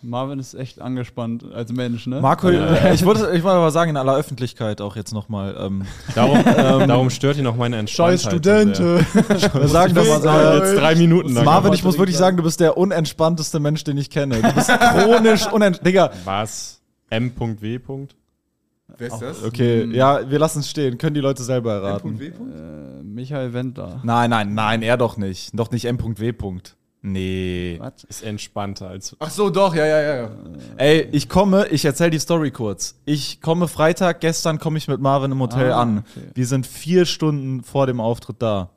S2: Marvin ist echt angespannt als Mensch, ne?
S4: Marco, ich wollte ich wollte aber sagen, in aller Öffentlichkeit auch jetzt nochmal. Ähm,
S3: Darum, ähm, darum stört ihn auch meine Entspanntheit.
S2: Scheiß (laughs) Studente.
S4: wir sagen doch mal
S3: Das war jetzt drei Minuten lang.
S4: Marvin,
S2: äh, Marvin,
S4: ich muss
S2: Marvin,
S4: wirklich
S2: ja.
S4: sagen, du bist der unentspannteste Mensch, den ich kenne. Du bist chronisch unentspannt. Digga,
S3: Was? M.W. Punkt?
S1: Wer ist das?
S4: okay, ja, wir lassen es stehen. Können die Leute selber erraten.
S2: äh, Michael Wendler.
S4: Nein, nein, nein, er doch nicht. Doch nicht M.W. Punkt. Nee.
S2: Was?
S3: Ist entspannter als.
S1: Ach so, doch, ja, ja, ja, ja.
S4: Ey, ich komme, ich erzähle die Story kurz. Ich komme Freitag, gestern komme ich mit Marvin im Hotel
S2: Ah,
S4: an.
S2: okay.
S4: Wir sind vier Stunden vor dem Auftritt da.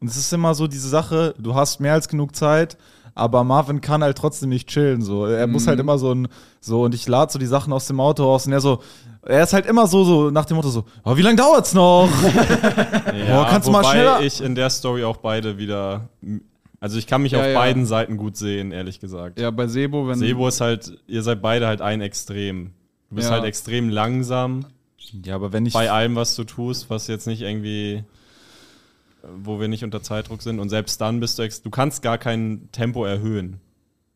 S4: Und es ist immer so diese Sache, du hast mehr als genug Zeit, aber Marvin kann halt trotzdem nicht chillen. So. Er muss
S2: Mhm.
S4: halt immer so ein, so, und ich lade so die Sachen aus dem Auto raus und er so, er ist halt immer so, so nach dem Motto so, oh, wie lange dauert's
S2: (laughs)
S4: noch?
S3: Ja,
S4: kannst du mal
S3: wobei
S4: schneller-
S3: ich in der Story auch beide wieder. Also ich kann mich
S2: Ja,
S3: auf
S2: ja.
S3: beiden Seiten gut sehen, ehrlich gesagt.
S2: Ja, bei Sebo, wenn.
S3: Sebo ist halt, ihr seid beide halt ein Extrem. Du bist
S2: Ja.
S3: halt extrem langsam
S4: ja, aber wenn ich.
S3: bei allem, was du tust, was jetzt nicht irgendwie, äh, wo wir nicht unter Zeitdruck sind. Und selbst dann bist du, ex du kannst gar kein Tempo erhöhen.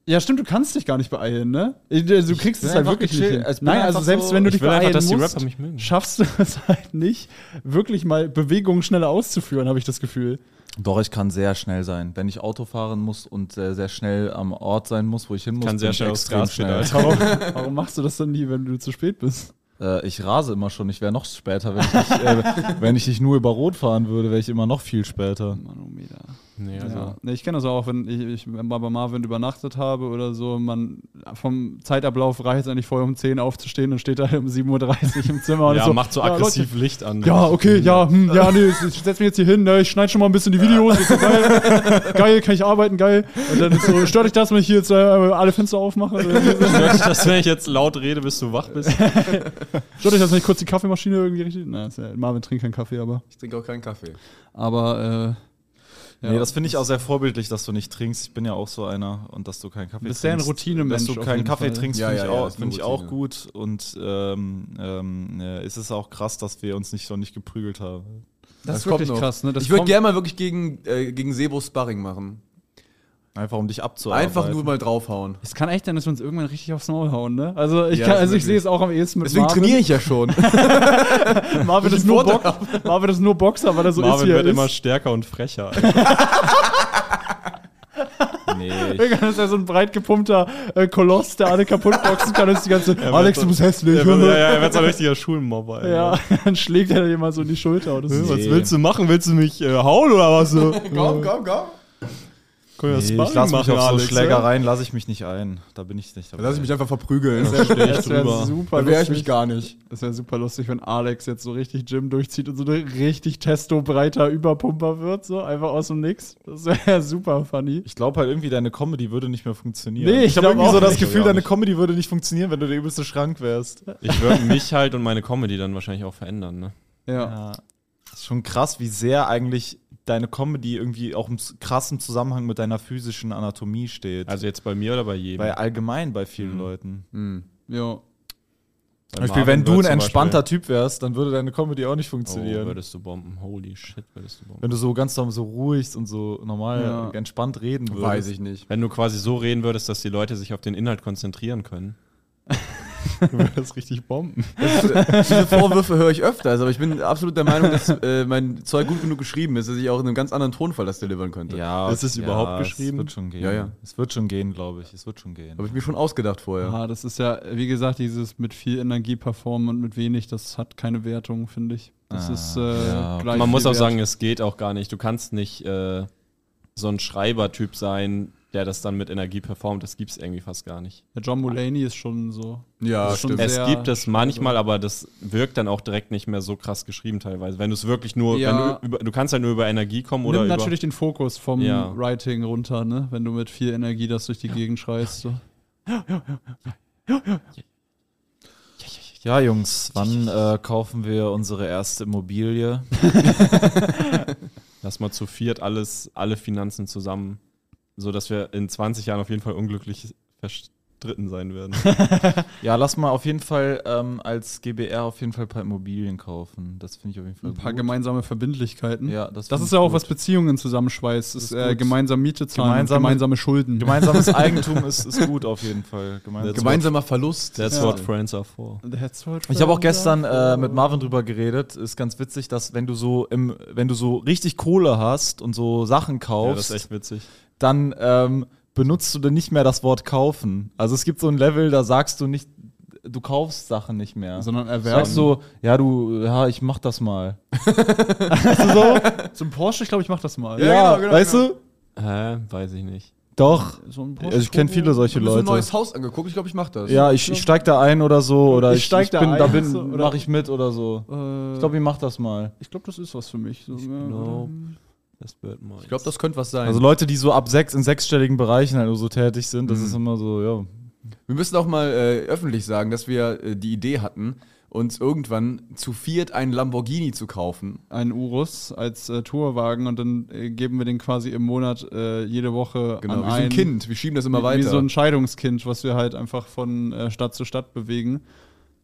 S2: Ja, stimmt, du kannst dich gar nicht beeilen, ne? Ich- Du kriegst es halt
S1: einfach
S2: wirklich
S1: gechillt.
S2: nicht. Hin.
S1: Ich bin
S2: Nein, also
S1: einfach
S2: selbst
S1: so-
S2: wenn du
S3: Ich
S2: dich
S3: will
S2: beeilen
S3: einfach, dass die
S2: musst,
S3: Rapper mich mögen.
S2: schaffst du (laughs) es halt nicht, wirklich mal Bewegungen schneller auszuführen, habe ich das Gefühl.
S4: Doch, ich kann sehr schnell sein. Wenn ich Auto fahren muss und sehr, sehr schnell am Ort sein muss, wo ich hin muss,
S3: Kann sehr
S4: ich
S3: schnell aufs Gas pedalen. (laughs)
S2: Warum, warum machst du das dann nie, wenn du zu spät bist?
S4: Äh, ich rase immer schon, ich wäre noch später, wenn ich, nicht, äh, wenn ich nicht nur über Rot fahren würde, wäre ich immer noch viel später.
S2: Manometer.
S3: Nee, also.
S2: oh, Ja. Nee, ich kenne das auch, wenn ich, ich mal bei Marvin übernachtet habe oder so, man vom Zeitablauf reicht es eigentlich vorher um 10 aufzustehen und steht da um 7.30 Uhr im Zimmer und
S3: Ja,
S2: ist so,
S3: macht so
S2: Also, ja,
S3: aggressiv
S2: Leute,
S3: Licht an.
S2: ja, okay, ja, hm, ja, nee, ich ich setz mich jetzt hier hin, ne, ich schneide schon mal ein bisschen die Videos, ist so geil, geil, kann ich arbeiten, geil. Und dann ist so, stört euch das, wenn ich hier jetzt äh, alle Fenster aufmache? Stört
S3: Stört dich das, wenn ich jetzt laut rede, bis du wach bist?
S2: euch das, wenn ich kurz die Kaffeemaschine irgendwie richtig? Na, ist ja, Marvin trinkt keinen Kaffee, aber.
S1: Ich trinke auch keinen Kaffee.
S2: Aber, äh, ja.
S4: nee, das finde ich auch sehr vorbildlich, dass du nicht trinkst. Ich bin ja auch so einer und dass du keinen Kaffee
S2: Bist sehr ein
S4: trinkst.
S2: Routinemensch
S4: Dass du
S2: auf
S4: keinen
S2: jeden
S4: Kaffee
S2: Fall.
S4: trinkst,
S1: Ja,
S4: finde
S1: ja,
S4: ich,
S1: ja,
S4: auch,
S1: ist eine
S4: find ich auch
S1: Routine.
S4: gut. Und ähm, ähm, äh, es ist auch krass, dass wir uns nicht noch nicht geprügelt haben.
S2: das ist
S1: kommt
S2: wirklich
S1: noch.
S2: krass, ne? Das
S1: ich würde
S2: kommt-
S1: gerne mal wirklich gegen, äh, gegen Sebo Sparring machen.
S4: Einfach um dich abzuarbeiten.
S1: Einfach nur mal draufhauen.
S2: Es kann echt sein, dass wir uns irgendwann richtig aufs Maul hauen, ne? Also ich,
S1: Ja,
S2: kann,
S1: das
S2: also ich
S1: wirklich.
S2: sehe es auch am ehesten mit
S1: Deswegen
S2: Marvin.
S1: trainiere ich ja schon.
S2: ich. Marvin ist, nur Box, Marvin ist nur Boxer, weil er so ist,
S3: Marvin
S2: wie er
S3: wird
S2: ist.
S3: immer stärker
S2: (laughs)
S3: und frecher.
S4: Nee, ich,
S2: Irgendwann ist er so ein breit gepumpter äh, Koloss, der alle kaputt boxen kann und ist die ganze Zeit,
S3: wird
S2: Alex,
S3: so-
S2: du bist hässlich.
S3: Er wird, ja, ja, er wird so ein richtiger Schulmobber. ey.
S2: Ja, (laughs) dann schlägt er dir mal so in die Schulter. Und das ist
S3: Was
S4: Nee.
S3: willst du machen? Willst du mich äh, hauen oder was? So?
S1: (laughs)
S3: (laughs)
S1: komm, komm, komm.
S3: Können wir
S4: nee,
S3: Sparring
S4: ich lasse mich
S3: machen,
S4: auf so
S3: Alex,
S4: Schlägereien, lasse ich mich nicht ein. Da bin ich nicht
S1: Da
S4: dabei.
S1: lass ich mich einfach verprügeln.
S2: das wär
S3: drüber.
S2: super
S1: Da wehre ich mich
S2: lustig.
S1: gar nicht.
S2: Das wäre super lustig, wenn Alex jetzt so richtig Gym durchzieht und so ein richtig testo-breiter Überpumper wird, so einfach aus dem Nix. Das wäre super funny.
S4: Ich glaube halt irgendwie, deine Comedy würde nicht mehr funktionieren.
S2: Nee, ich
S4: hab
S2: glaub
S4: irgendwie
S2: auch
S4: so das
S2: nicht.
S4: Gefühl,
S3: Ich glaub
S4: deine
S3: auch nicht.
S4: Comedy würde nicht funktionieren, wenn du der übelste Schrank wärst.
S3: ja. Ich würde mich halt und meine Comedy dann wahrscheinlich auch verändern. Ne?
S2: Ja.
S4: Ja. Ist schon krass, wie sehr eigentlich deine Comedy irgendwie auch im s- krassen Zusammenhang mit deiner physischen Anatomie steht.
S3: Also jetzt bei mir oder bei jedem?
S4: bei allgemein bei vielen Leuten.
S2: ja.
S3: Bei
S4: Zum Mhm. Beispiel,
S3: Marvin
S4: wenn du
S3: wird
S4: ein
S3: zum
S4: entspannter Typ wärst, dann würde deine Comedy auch nicht
S3: Beispiel, oh,
S4: funktionieren.
S3: würdest du bomben. Holy shit, würdest du bomben.
S4: wenn du so ganz norm- so ruhig und so normal
S2: Ja.
S4: äh, entspannt reden würdest.
S1: Weiß ich nicht.
S3: Wenn du quasi so reden würdest, dass die Leute sich auf den Inhalt konzentrieren können. würde das richtig bomben.
S1: äh, Diese Vorwürfe höre ich öfters, aber ich bin absolut der Meinung, dass äh, mein Zeug gut genug geschrieben ist, dass ich auch in einem ganz anderen Tonfall das delivern könnte.
S4: Ja,
S3: Ist es
S4: ja,
S3: überhaupt
S4: Es
S3: geschrieben?
S4: wird schon gehen.
S1: Ja, ja.
S4: Es wird schon gehen, glaube ich. Es wird schon gehen.
S1: Habe ich mir schon ausgedacht vorher.
S2: Ah, das ist ja, wie gesagt, dieses mit viel Energie performen und mit wenig, das hat keine Wertung, finde ich. Das
S4: Ah,
S2: ist äh,
S4: ja, okay.
S2: gleich
S3: Man muss
S2: viel
S3: auch
S2: wert.
S3: sagen, es geht auch gar nicht. Du kannst nicht äh, so ein Schreibertyp sein, der das dann mit Energie performt. Das gibt es irgendwie fast gar nicht.
S2: der John Mulaney ist schon so.
S1: Ja,
S2: Das ist schon
S1: stimmt.
S2: sehr-
S3: es gibt es manchmal, aber das wirkt dann auch direkt nicht mehr so krass geschrieben teilweise. Wenn du es wirklich nur,
S2: Ja.
S3: wenn du, über, du kannst ja nur über Energie kommen oder
S2: Nimmt
S3: über,
S2: natürlich den Fokus vom
S3: Ja.
S2: Writing runter, ne? Wenn du mit viel Energie das durch die Gegend schreist. So.
S4: Ja, Jungs, wann äh, kaufen wir unsere erste Immobilie?
S3: lass mal zu viert alles, alle Finanzen zusammen, so dass wir in 20 Jahren auf jeden Fall unglücklich verstritten sein werden.
S4: Ja, lass mal auf jeden Fall ähm, als GBR auf jeden Fall ein paar Immobilien kaufen. Das finde ich auf jeden Fall
S2: Ein paar
S4: gut.
S2: gemeinsame Verbindlichkeiten.
S4: Ja, das
S2: Das
S4: find
S2: ist
S4: ich
S2: ja auch,
S4: gut.
S2: was Beziehungen zusammenschweißt. Ist,
S4: ist
S2: äh,
S4: gut.
S2: gemeinsam Miete zahlen, und
S4: Gemeinsame-
S2: gemeinsame Schulden. (laughs)
S4: Gemeinsames Eigentum ist, ist gut auf jeden Fall. Gemeinsam.
S1: (laughs)
S3: That's
S1: Gemeinsamer Verlust.
S3: That's
S2: Ja.
S3: what friends are for.
S2: That's what
S4: Ich habe auch
S2: friends are
S4: gestern äh,
S2: for.
S4: mit Marvin drüber geredet. Ist ganz witzig, dass wenn du so im, wenn du so richtig Kohle hast und so Sachen
S3: Ja,
S4: kaufst,
S3: das ist echt witzig.
S4: dann ähm, benutzt du dann nicht mehr das Wort kaufen. Also es gibt so ein Level, da sagst du nicht, du kaufst Sachen nicht mehr.
S2: Sondern erwerben.
S4: Sagst so, ja, du, ja, ich mach das mal. (laughs)
S2: Zum Porsche, ich glaube, ich mache das mal.
S4: Ja, weißt
S2: genau.
S4: du?
S3: Hä? weiß ich nicht.
S4: Doch.
S2: So ein Porsche
S4: Also ich kenne
S2: Turbo.
S4: viele solche
S1: Ich habe so ein
S4: Leute.
S1: neues Haus angeguckt, ich glaube, ich mache das.
S4: Ja, ich, ich steig da ein oder so. Oder
S2: Ich
S4: ich, ich,
S2: steig da
S4: bin,
S2: ein,
S4: da bin,
S2: so, oder-
S4: mach ich mit oder so.
S2: Äh,
S4: Ich glaube, ich mach das mal.
S2: ich glaub, das ist was für mich. So, ja,
S3: glaub-
S2: ähm,
S3: Das wird mal.
S1: Ich glaube, das könnte was sein.
S4: Also Leute, die so ab sechs in sechsstelligen Bereichen halt nur so tätig sind, das
S1: Mhm.
S4: ist immer so, ja.
S1: Wir müssen auch mal äh, öffentlich sagen, dass wir äh, die Idee hatten, uns irgendwann zu viert einen Lamborghini zu kaufen.
S2: einen Urus als äh, Tourwagen und dann äh, geben wir den quasi im Monat äh, jede Woche
S1: Genau, wie
S2: an
S1: so ein
S2: einen-
S1: Kind. Wir schieben das immer
S2: wie,
S1: weiter.
S2: Wie so ein Scheidungskind, was wir halt einfach von äh, Stadt zu Stadt bewegen.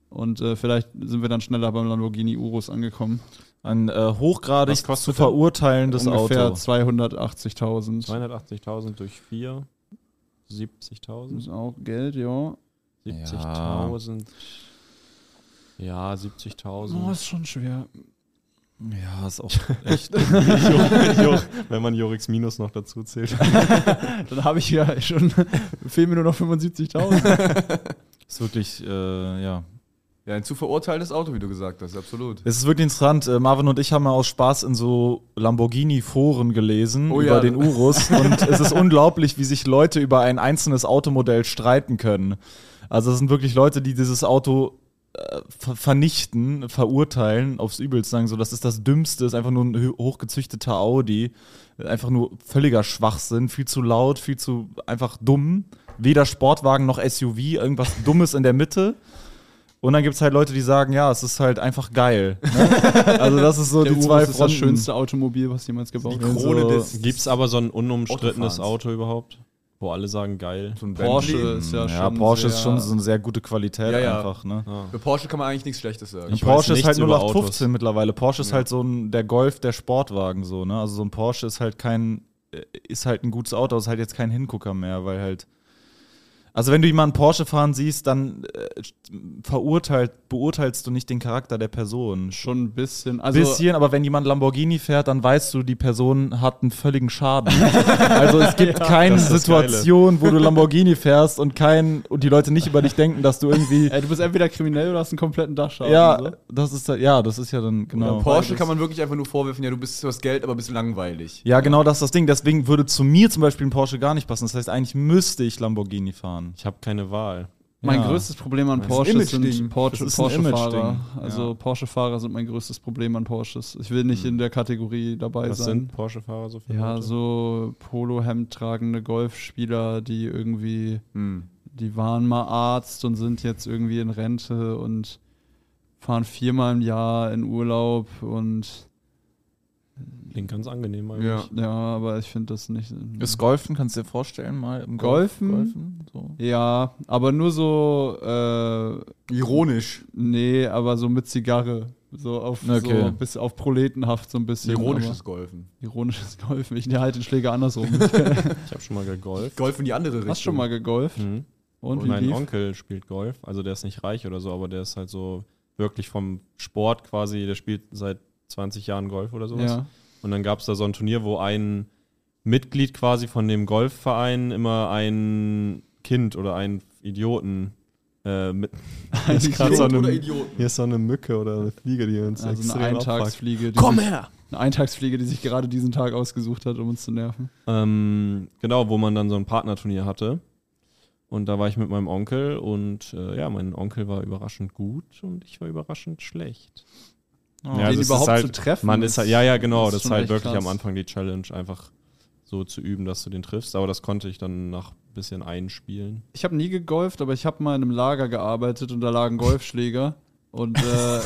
S2: Und äh, vielleicht sind wir dann schneller beim Lamborghini Urus angekommen.
S4: Ein äh, hochgradig
S3: Was kostet
S4: zu
S3: denn?
S4: verurteilendes
S2: Ungefähr
S4: Auto.
S2: 280.000.
S3: 280.000 durch 4. 70.000?
S2: Das ist auch Geld, ja.
S3: 70.000. Ja, 70.000.
S2: Oh, ist schon schwer.
S4: Ja, ist auch
S3: Echt? (laughs) Wenn man Jorix Minus noch dazu zählt.
S2: Dann habe ich ja (laughs) schon, fehlen mir nur noch 75.000.
S4: ist wirklich, äh, ja.
S1: ja, ein zu verurteilendes Auto, wie du gesagt hast, absolut.
S4: Es ist wirklich interessant. äh, Marvin und ich haben mal aus Spaß in so Lamborghini-Foren gelesen
S1: Oh
S4: über
S1: ja.
S4: den
S1: (laughs)
S4: Urus. und es ist unglaublich, wie sich Leute über ein einzelnes Automodell streiten können. Also es sind wirklich Leute, die dieses Auto äh, ver vernichten, verurteilen, aufs Übelste sagen, so das ist das Dümmste, ist einfach nur ein hö- hochgezüchteter Audi. Einfach nur völliger Schwachsinn, viel zu laut, viel zu einfach dumm. Weder Sportwagen noch SUV, irgendwas (laughs) Dummes in der Mitte. Und dann gibt es halt Leute, die sagen, ja, es ist halt einfach geil.
S2: (laughs)
S4: Ne? Also das ist so
S2: (laughs) Der
S4: die
S2: Urus
S4: zwei
S2: ist das
S4: Fronten.
S2: schönste Automobil, was jemals gebaut
S1: Die
S2: wurde.
S1: Krone
S4: so-
S1: des
S3: Gibt es Also aber so ein unumstrittenes
S1: Autofahrens.
S3: Auto überhaupt? Wo alle sagen, geil.
S1: so ein
S2: Porsche
S1: Bentley.
S2: ist
S4: Ja,
S2: ja, schon.
S4: Porsche
S2: sehr,
S4: ist schon so eine sehr gute Qualität
S1: Ja, ja.
S4: einfach. Ne?
S1: Für Porsche kann man eigentlich nichts Schlechtes sagen.
S3: Ich
S4: Und Porsche
S3: weiß
S4: ist halt
S3: nichts über
S4: 0815
S3: Autos.
S4: mittlerweile. Porsche ist halt so ein, der Golf der Sportwagen so, ne? Also so ein Porsche ist halt kein, äh, ist halt ein gutes Auto, ist halt jetzt kein Hingucker mehr, weil halt. Also wenn du jemanden Porsche fahren siehst, dann äh, verurteilt, beurteilst du nicht den Charakter der Person.
S2: Schon ein bisschen.
S4: Also,
S2: Also,
S4: bisschen, aber wenn jemand Lamborghini fährt, dann weißt du, die Person hat einen völligen Schaden. (laughs) also es gibt keine
S3: das ist das
S4: Situation, wo du Lamborghini fährst und kein und die Leute nicht über dich denken, dass du
S3: (laughs)
S4: irgendwie
S2: Ey, äh, du bist entweder kriminell oder hast einen kompletten Dachschaden.
S4: ja,
S2: so.
S4: das ist ja- ja, das ist ja dann genau.
S1: Porsche kann man wirklich einfach nur vorwerfen, ja, du bist das Geld, aber bist langweilig.
S4: Ja, genau das ist das Ding. Deswegen würde zu mir zum Beispiel ein Porsche gar nicht passen. Das heißt, eigentlich müsste ich Lamborghini fahren.
S3: Ich habe keine Wahl.
S2: Mein
S4: Ja.
S2: größtes Problem an
S1: Das
S2: Porsche
S1: ist ein
S2: sind
S1: Image-Ding.
S2: Porsche,
S4: Das ist ein
S2: Porsche-Fahrer.
S4: Image-Ding,
S2: Also
S4: ja.
S2: Porsche-Fahrer sind mein größtes Problem an Porsches. Ich will nicht in der Kategorie dabei
S3: Was
S2: sein.
S3: sind Porsche-Fahrer so für
S2: Ja,
S3: Leute?
S2: so Polohemd tragende Golfspieler, die irgendwie,
S1: Hm.
S2: die waren mal Arzt und sind jetzt irgendwie in Rente und fahren viermal im Jahr in Urlaub und
S3: Klingt ganz angenehm eigentlich.
S1: Ja.
S2: ja, aber ich finde das nicht.
S4: Ist Golfen, kannst du dir vorstellen, mal im Golf,
S2: Golfen?
S4: Golfen so.
S2: ja, aber nur so, äh,
S1: Ironisch.
S2: nee, aber so mit Zigarre. So auf, so
S4: Okay.
S2: bis auf Proletenhaft so ein bisschen. aber-
S1: Ironisches Golfen.
S2: Ironisches
S3: (laughs)
S2: Golfen. Ich nehme halt den Schläger andersrum.
S3: Ich habe schon mal gegolft.
S1: Golf in die andere Richtung.
S2: Hast schon mal gegolft?
S3: Mhm.
S2: Und wie
S3: mein
S2: lief?
S3: Onkel spielt Golf, also der ist nicht reich oder so, aber der ist halt so wirklich vom Sport quasi, der spielt seit 20 Jahren Golf oder sowas.
S2: Ja.
S3: Und dann gab es da so ein Turnier, wo ein Mitglied quasi von dem Golfverein immer ein Kind oder einen Idioten äh, mit. Hier (laughs) ist grad so eine, hier ist so eine Mücke oder eine Fliege, die uns
S2: Also eine
S3: extrem abfuckt.
S2: Eintagsfliege. Die
S3: Komm
S2: sich,
S3: her!
S2: eine Eintagsfliege, die sich gerade diesen Tag ausgesucht hat, um uns zu nerven.
S3: Ähm, genau, wo man dann so ein Partnerturnier hatte. Und da war ich mit meinem Onkel und äh, ja, mein Onkel war überraschend gut und ich war überraschend schlecht.
S2: Oh. den
S3: also es ist
S2: überhaupt
S3: halt-
S2: zu treffen.
S3: Man ist halt, ja, ja, genau,
S2: ist
S3: das ist
S2: schon
S3: halt
S2: echt
S3: wirklich
S2: krass.
S3: am Anfang die Challenge, einfach so zu üben, dass du den triffst. Aber das konnte ich dann nach ein bisschen einspielen.
S2: Ich habe nie gegolft, aber ich habe mal in einem Lager gearbeitet und da lagen Golfschläger.
S1: (laughs)
S2: und äh,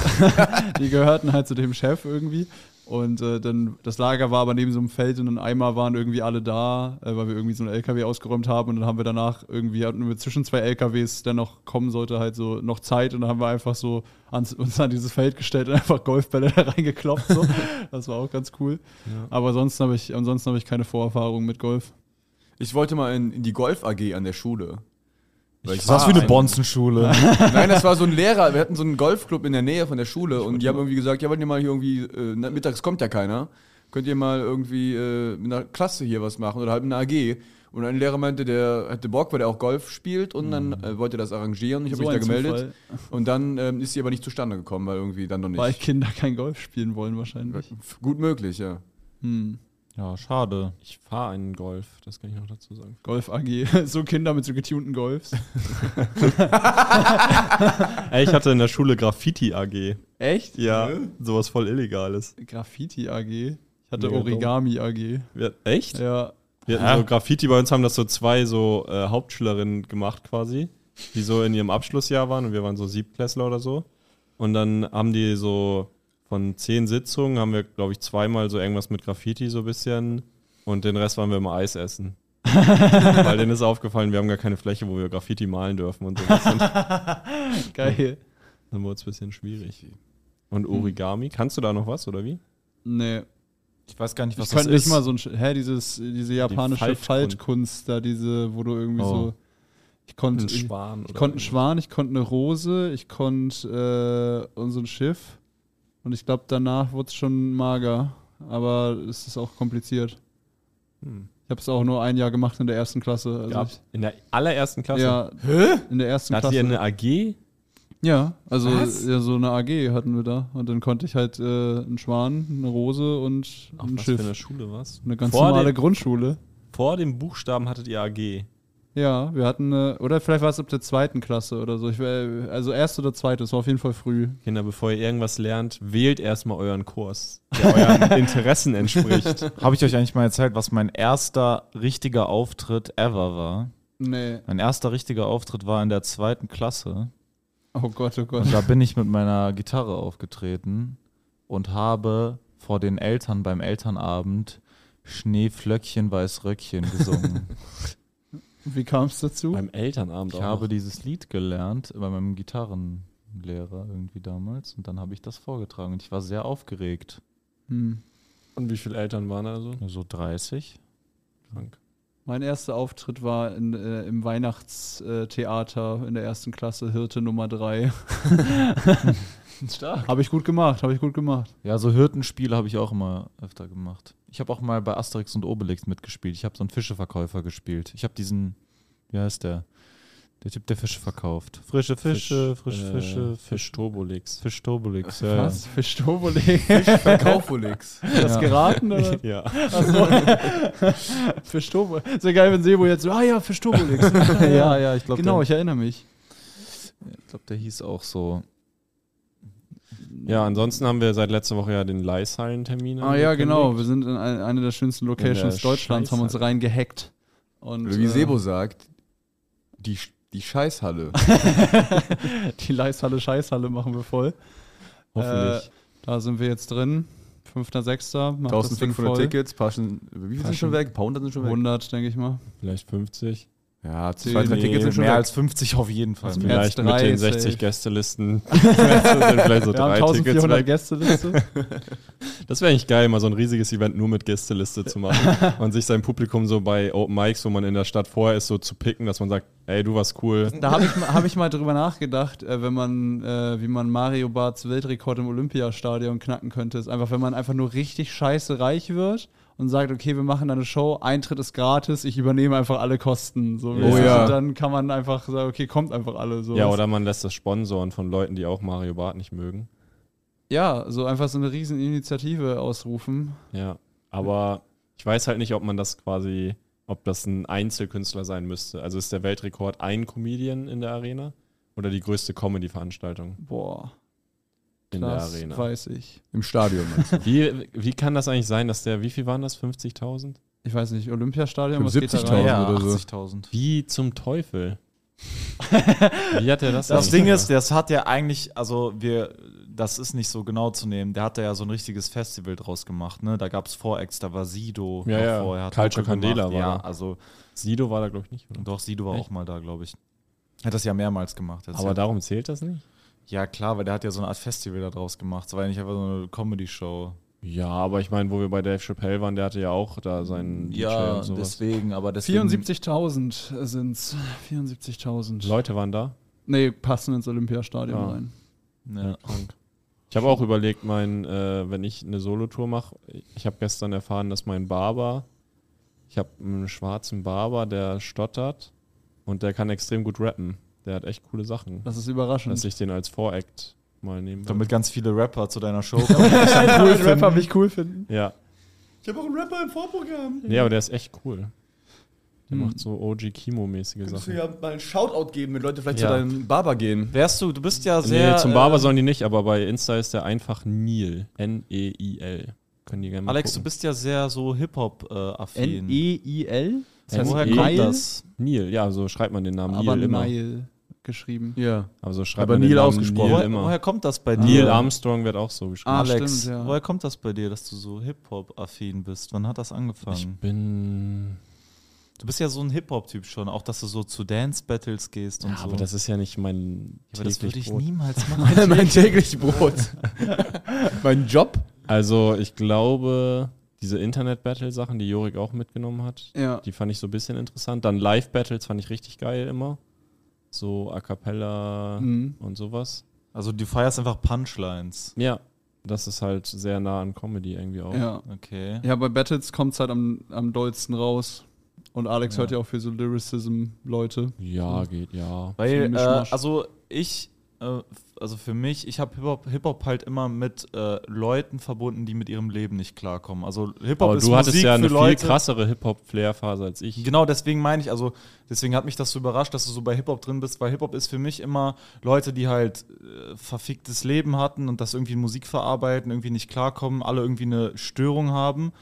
S2: die gehörten halt zu dem Chef irgendwie. Und äh, dann, das Lager war aber neben so einem Feld und ein Eimer waren irgendwie alle da, äh, weil wir irgendwie so einen LKW ausgeräumt haben. Und dann haben wir danach irgendwie, hatten wir zwischen zwei LKWs, der noch kommen sollte, halt so noch Zeit. Und dann haben wir einfach so ans, uns an dieses Feld gestellt und einfach Golfbälle (laughs) da reingeklopft.
S1: (laughs)
S2: So. Das war auch ganz cool. Aber sonst habe ich, ansonsten habe ich keine Vorerfahrung mit Golf.
S1: Ich wollte mal in, in die Golf AG an der Schule. Weil ich
S4: Das ist
S1: war
S4: wie eine
S1: ein-
S4: Bonzenschule.
S1: (laughs) Nein, das war so ein Lehrer. Wir hatten so einen Golfclub in der Nähe von der Schule und die haben irgendwie gesagt, ja, wollt ihr mal hier irgendwie, äh, na, mittags kommt ja keiner, könnt ihr mal irgendwie äh, mit einer Klasse hier was machen oder halt mit einer AG. Und ein Lehrer meinte, der hatte Bock, weil der auch Golf spielt und dann äh, wollte das arrangieren. Ich habe
S2: So
S1: mich da
S2: ein
S1: gemeldet
S2: Zufall.
S1: und dann ähm, ist sie aber nicht zustande gekommen, weil irgendwie dann noch nicht.
S2: Weil Kinder kein Golf spielen wollen wahrscheinlich.
S1: Gut möglich, ja.
S2: Hm.
S4: Ja, schade.
S3: Ich fahre einen Golf, das kann ich noch dazu sagen.
S2: Golf AG. (laughs) So Kinder mit so getunten Golfs.
S3: Ey, ich hatte in der Schule Graffiti AG.
S2: Echt?
S3: Ja, sowas voll Illegales.
S2: Graffiti AG. Ich hatte
S3: Mega
S2: Origami AG.
S3: Wir, echt?
S2: Ja.
S3: Wir hatten so Graffiti, bei uns haben das so zwei so äh, Hauptschülerinnen gemacht quasi, die so in ihrem Abschlussjahr waren und wir waren so Siebtklässler oder so. Und dann haben die so von zehn Sitzungen haben wir, glaube ich, zweimal so irgendwas mit Graffiti so ein bisschen und den Rest waren wir immer
S4: (laughs)
S3: Eis essen. Weil denen ist aufgefallen, wir haben gar keine Fläche, wo wir Graffiti malen dürfen und sowas.
S4: (laughs)
S3: Und
S2: Geil.
S3: dann wurde es ein bisschen schwierig. Und
S2: Hm.
S3: Origami, kannst du da noch was oder wie?
S2: Nee.
S4: Ich weiß gar nicht, was
S2: ich könnte
S4: das ist.
S2: nicht mal so ein. Sch- Hä, dieses, diese japanische
S3: Faltkunst.
S2: Faltkunst da, diese, wo du irgendwie
S4: Oh.
S2: so. Ich konnte. Ich,
S3: Schwan
S2: ich konnte einen Schwan, ich konnte eine Rose, ich konnte äh, und so ein Schiff. Und ich glaube, danach wurde es schon mager. Aber es ist auch kompliziert.
S3: Hm.
S2: Ich habe es auch nur ein Jahr gemacht in der ersten Klasse. Also
S3: Gab's in der allerersten
S2: ich,
S3: Klasse.
S2: ja, in der ersten
S3: Da hat
S2: Klasse.
S3: ihr eine AG?
S2: Ja, also ja, so eine AG hatten wir da. Und dann konnte ich halt äh, einen Schwan, eine Rose und
S3: Auf
S2: ein
S3: was
S2: Schiff.
S3: für eine
S2: Eine,
S3: Schule warst
S2: ganz
S3: vor
S2: normale
S3: dem-
S2: Grundschule.
S3: Vor dem Buchstaben hattet ihr AG.
S2: Ja, wir hatten eine, oder vielleicht war es ab der zweiten Klasse oder so. Ich wär, also erste oder zweite, es war auf jeden Fall früh.
S3: Kinder, bevor ihr irgendwas lernt, wählt erstmal euren Kurs,
S2: (laughs)
S3: der euren Interessen entspricht.
S4: Habe ich euch eigentlich mal erzählt, was mein erster richtiger Auftritt ever war?
S2: Nee.
S4: Mein erster richtiger Auftritt war in der zweiten Klasse.
S2: Oh Gott, oh Gott.
S3: (laughs)
S4: Und da bin ich mit meiner Gitarre aufgetreten und habe vor den Eltern beim Elternabend Schneeflöckchen, Weißröckchen (laughs) gesungen.
S2: Wie kam es dazu?
S3: Beim Elternabend
S4: Ich
S3: auch.
S4: habe dieses Lied gelernt bei meinem Gitarrenlehrer irgendwie damals und dann habe ich das vorgetragen und ich war sehr aufgeregt.
S2: Hm.
S3: Und wie viele Eltern waren da so?
S4: So 30.
S3: Krank.
S2: Mein erster Auftritt war in, äh, im Weihnachtstheater in der ersten Klasse, Hirte Nummer drei.
S3: (laughs)
S2: (laughs)
S3: Stark.
S2: habe ich gut gemacht, habe ich gut gemacht.
S4: Ja, so Hirtenspiele habe ich auch immer öfter gemacht. Ich habe auch mal bei Asterix und Obelix mitgespielt. Ich habe so einen Fischeverkäufer gespielt. Ich habe diesen, wie heißt der? Der Typ, der Fische verkauft. Frische Fische, frische Fische,
S2: äh,
S4: Fisch, äh,
S3: Fisch Turbolix.
S4: Fisch Tobelix. Ja, ja.
S2: Was? Für Stobolik?
S1: Verkaufolix.
S2: Das geraten oder?
S3: Ja.
S2: Für Stobo. Ist ja geil, wenn Sebo jetzt so, ah ja, für
S3: (laughs)
S2: Stobolix.
S4: ja, ja, ich glaube,
S2: genau,
S4: der,
S2: ich erinnere mich.
S4: ich glaub, der hieß auch so.
S3: ja, ansonsten haben wir seit letzter Woche ja den Leishallen-Termin.
S2: Ah ja,
S3: angekündigt.
S2: genau. Wir sind in ein- einer der schönsten Locations
S3: der
S2: Deutschlands, haben uns
S3: Scheißhalle.
S2: reingehackt. Und,
S1: Oder wie
S2: äh,
S1: Sebo sagt, die, Sch- die Scheißhalle.
S2: (laughs) Die Leishalle, Scheißhalle machen wir voll. Äh,
S3: Hoffentlich.
S2: Da sind wir jetzt drin. 5.6. macht das Ding
S1: 1500
S2: voll.
S1: Tickets, paar schon, wie viel sind schon weg? Pounder sind schon weg.
S3: (laughs)
S2: 100, denke ich mal.
S3: Vielleicht 50.
S1: Ja, zwei,
S2: Zehn,
S1: drei Tickets sind schon
S4: mehr
S1: weg.
S4: als 50 auf jeden Fall.
S2: Also
S3: Vielleicht
S2: Jetzt
S3: mit
S2: drei
S3: den
S2: safe.
S3: 60 (laughs) Gästelisten. sind vielleicht so
S2: Wir haben
S3: drei Tickets
S2: 1400
S3: weg.
S2: Gästeliste.
S3: Das wäre eigentlich geil, mal so ein riesiges Event nur mit Gästeliste
S2: (laughs)
S3: zu machen und sich sein Publikum so bei Open Mics, wo man in der Stadt vorher ist, so zu picken, dass man sagt, ey, du warst cool.
S2: da habe ich, mal- hab ich mal drüber nachgedacht, äh, wenn man, äh, wie man Mario Barts Weltrekord im Olympiastadion knacken könnte. Ist einfach, wenn man einfach nur richtig scheiße reich wird und sagt, okay, wir machen da eine Show, Eintritt ist gratis, ich übernehme einfach alle Kosten. So mäßig.
S1: ja.
S2: Und dann kann man einfach sagen, okay, kommt einfach alle. So
S3: Ja, oder man lässt das sponsoren von Leuten, die auch Mario Barth nicht mögen.
S2: ja, so einfach so eine riesen Initiative ausrufen.
S3: Ja, aber ich weiß halt nicht, ob man das quasi, ob das ein Einzelkünstler sein müsste. Also ist der Weltrekord ein Comedian in der Arena oder die größte Comedy-Veranstaltung
S2: Boah,
S3: in
S2: das
S3: der Arena?
S2: weiß ich.
S1: Im Stadion. meinst du?
S3: Wie, wie kann das eigentlich sein, dass der, wie viel waren das, 50.000?
S2: Ich weiß nicht, Olympiastadion, was geht da
S1: 70.000
S2: rein?
S1: Ja, oder so.
S4: 80.000.
S3: Wie zum Teufel? wie hat er das
S4: Das
S3: eigentlich
S4: Ding
S3: gemacht?
S4: ist, das hat ja eigentlich, also wir, das ist nicht so genau zu nehmen. Der hat da ja so ein richtiges Festival draus gemacht, ne? Da gab es Vorex, da war Sido
S3: Ja,
S4: noch
S3: ja.
S4: hat
S3: Culture
S4: Mucke
S3: Candela
S4: gemacht.
S3: war
S4: Ja,
S3: da.
S4: also
S3: Sido war da, glaube ich, nicht. Oder?
S4: doch, Sido war
S3: Echt?
S4: auch mal da, glaube ich. Hat das ja mehrmals gemacht. Jetzt
S3: Aber
S4: ja.
S3: darum zählt das nicht?
S4: ja, klar, weil der hat ja so eine Art Festival da draus gemacht. Das war ja nicht einfach so eine Comedy-Show.
S3: Ja, aber ich meine, wo wir bei Dave Chappelle waren, der hatte ja auch da seinen DJ und sowas.
S4: deswegen, aber deswegen.
S2: 74.000 sind's. 74.000.
S3: Leute waren da.
S2: Nee, passen ins Olympiastadion
S3: Ja.
S2: rein.
S4: Ja.
S3: Ich habe auch überlegt, mein, äh, wenn ich eine Solotour mache, ich habe gestern erfahren, dass mein Barber, ich habe einen schwarzen Barber, der stottert und der kann extrem gut rappen. Der hat echt coole Sachen.
S2: Das ist überraschend.
S3: Dass ich den als Voract mal nehme.
S4: Damit ganz viele Rapper zu deiner (laughs) Show kommen.
S2: cool Rapper mich cool finden.
S3: Ja.
S1: ich habe auch einen Rapper im Vorprogramm.
S3: Nee, aber der ist echt cool. Der
S2: Hm.
S3: macht so OG Kimo-mäßige
S1: Kannst du
S3: Sachen.
S1: ja mal einen Shoutout geben, wenn Leute vielleicht
S3: Ja.
S1: zu deinem Barber gehen.
S4: Wärst du, du bist ja sehr.
S3: nee, zum
S4: äh,
S3: Barber sollen die nicht, aber bei Insta ist der einfach Neil. N-E-I-L. Können die gerne mal
S4: Alex, du
S3: gucken.
S4: bist ja sehr so Hip-Hop-affin.
S2: N-E-I-l?
S4: E Das heißt,
S3: N-E-
S4: woher E kommt das?
S3: Neil, ja, so schreibt man den Namen
S2: Aber
S3: Neil immer.
S2: Nile geschrieben.
S1: Ja. (laughs)
S3: Aber so schreibt
S1: Aber
S3: man den
S1: Neil
S3: Namen
S1: ausgesprochen.
S3: Neil
S4: Woher,
S3: immer.
S4: woher kommt das bei
S3: Neil
S4: dir?
S3: Armstrong wird auch so geschrieben.
S2: Ah,
S4: Alex,
S2: stimmt, ja.
S4: woher kommt das bei dir, dass du so Hip-Hop-affin bist? Wann hat das
S3: ich
S4: angefangen?
S3: bin.
S4: Du bist ja so ein Hip-Hop-Typ schon, auch dass du so zu Dance-Battles gehst und so.
S3: Aber das ist ja nicht mein.
S4: Ja, aber das
S3: täglich
S4: würde ich
S3: Brot.
S4: niemals (laughs) machen.
S1: mein täglich Brot.
S4: (laughs)
S1: mein Job.
S3: Also, ich glaube, diese Internet-Battle-Sachen, die Jorik auch mitgenommen hat,
S2: Ja.
S3: die fand ich so ein bisschen interessant. Dann Live-Battles fand ich richtig geil immer. So A
S4: Ah.
S3: Cappella
S4: Hm.
S2: Mhm.
S3: und sowas.
S4: Also du feierst einfach Punchlines.
S3: Ja, das ist halt sehr nah an Comedy irgendwie auch.
S2: Ja.
S4: Oh, Okay.
S2: ja, bei Battles kommt es halt am, am dollsten raus. Und Alex hört ja auch für so Lyricism-Leute.
S3: Ja, geht, ja.
S4: Weil, äh,
S2: Mischmasch.
S4: also ich, äh, f- also für mich, ich habe Hip-Hop Hip halt immer mit äh, Leuten verbunden, die mit ihrem Leben nicht klarkommen. Also Hip-Hop
S3: Aber
S4: ist
S3: du hattest
S4: Musik
S3: ja
S4: für
S3: eine viel
S4: Leute.
S3: krassere Hip-Hop-Flair-Phase als ich.
S4: Genau, deswegen meine ich, also deswegen hat mich das so überrascht, dass du so bei Hip-Hop drin bist, weil Hip-Hop ist für mich immer Leute, die halt äh, verficktes Leben hatten und das irgendwie in Musik verarbeiten, irgendwie nicht klarkommen, alle irgendwie eine Störung haben.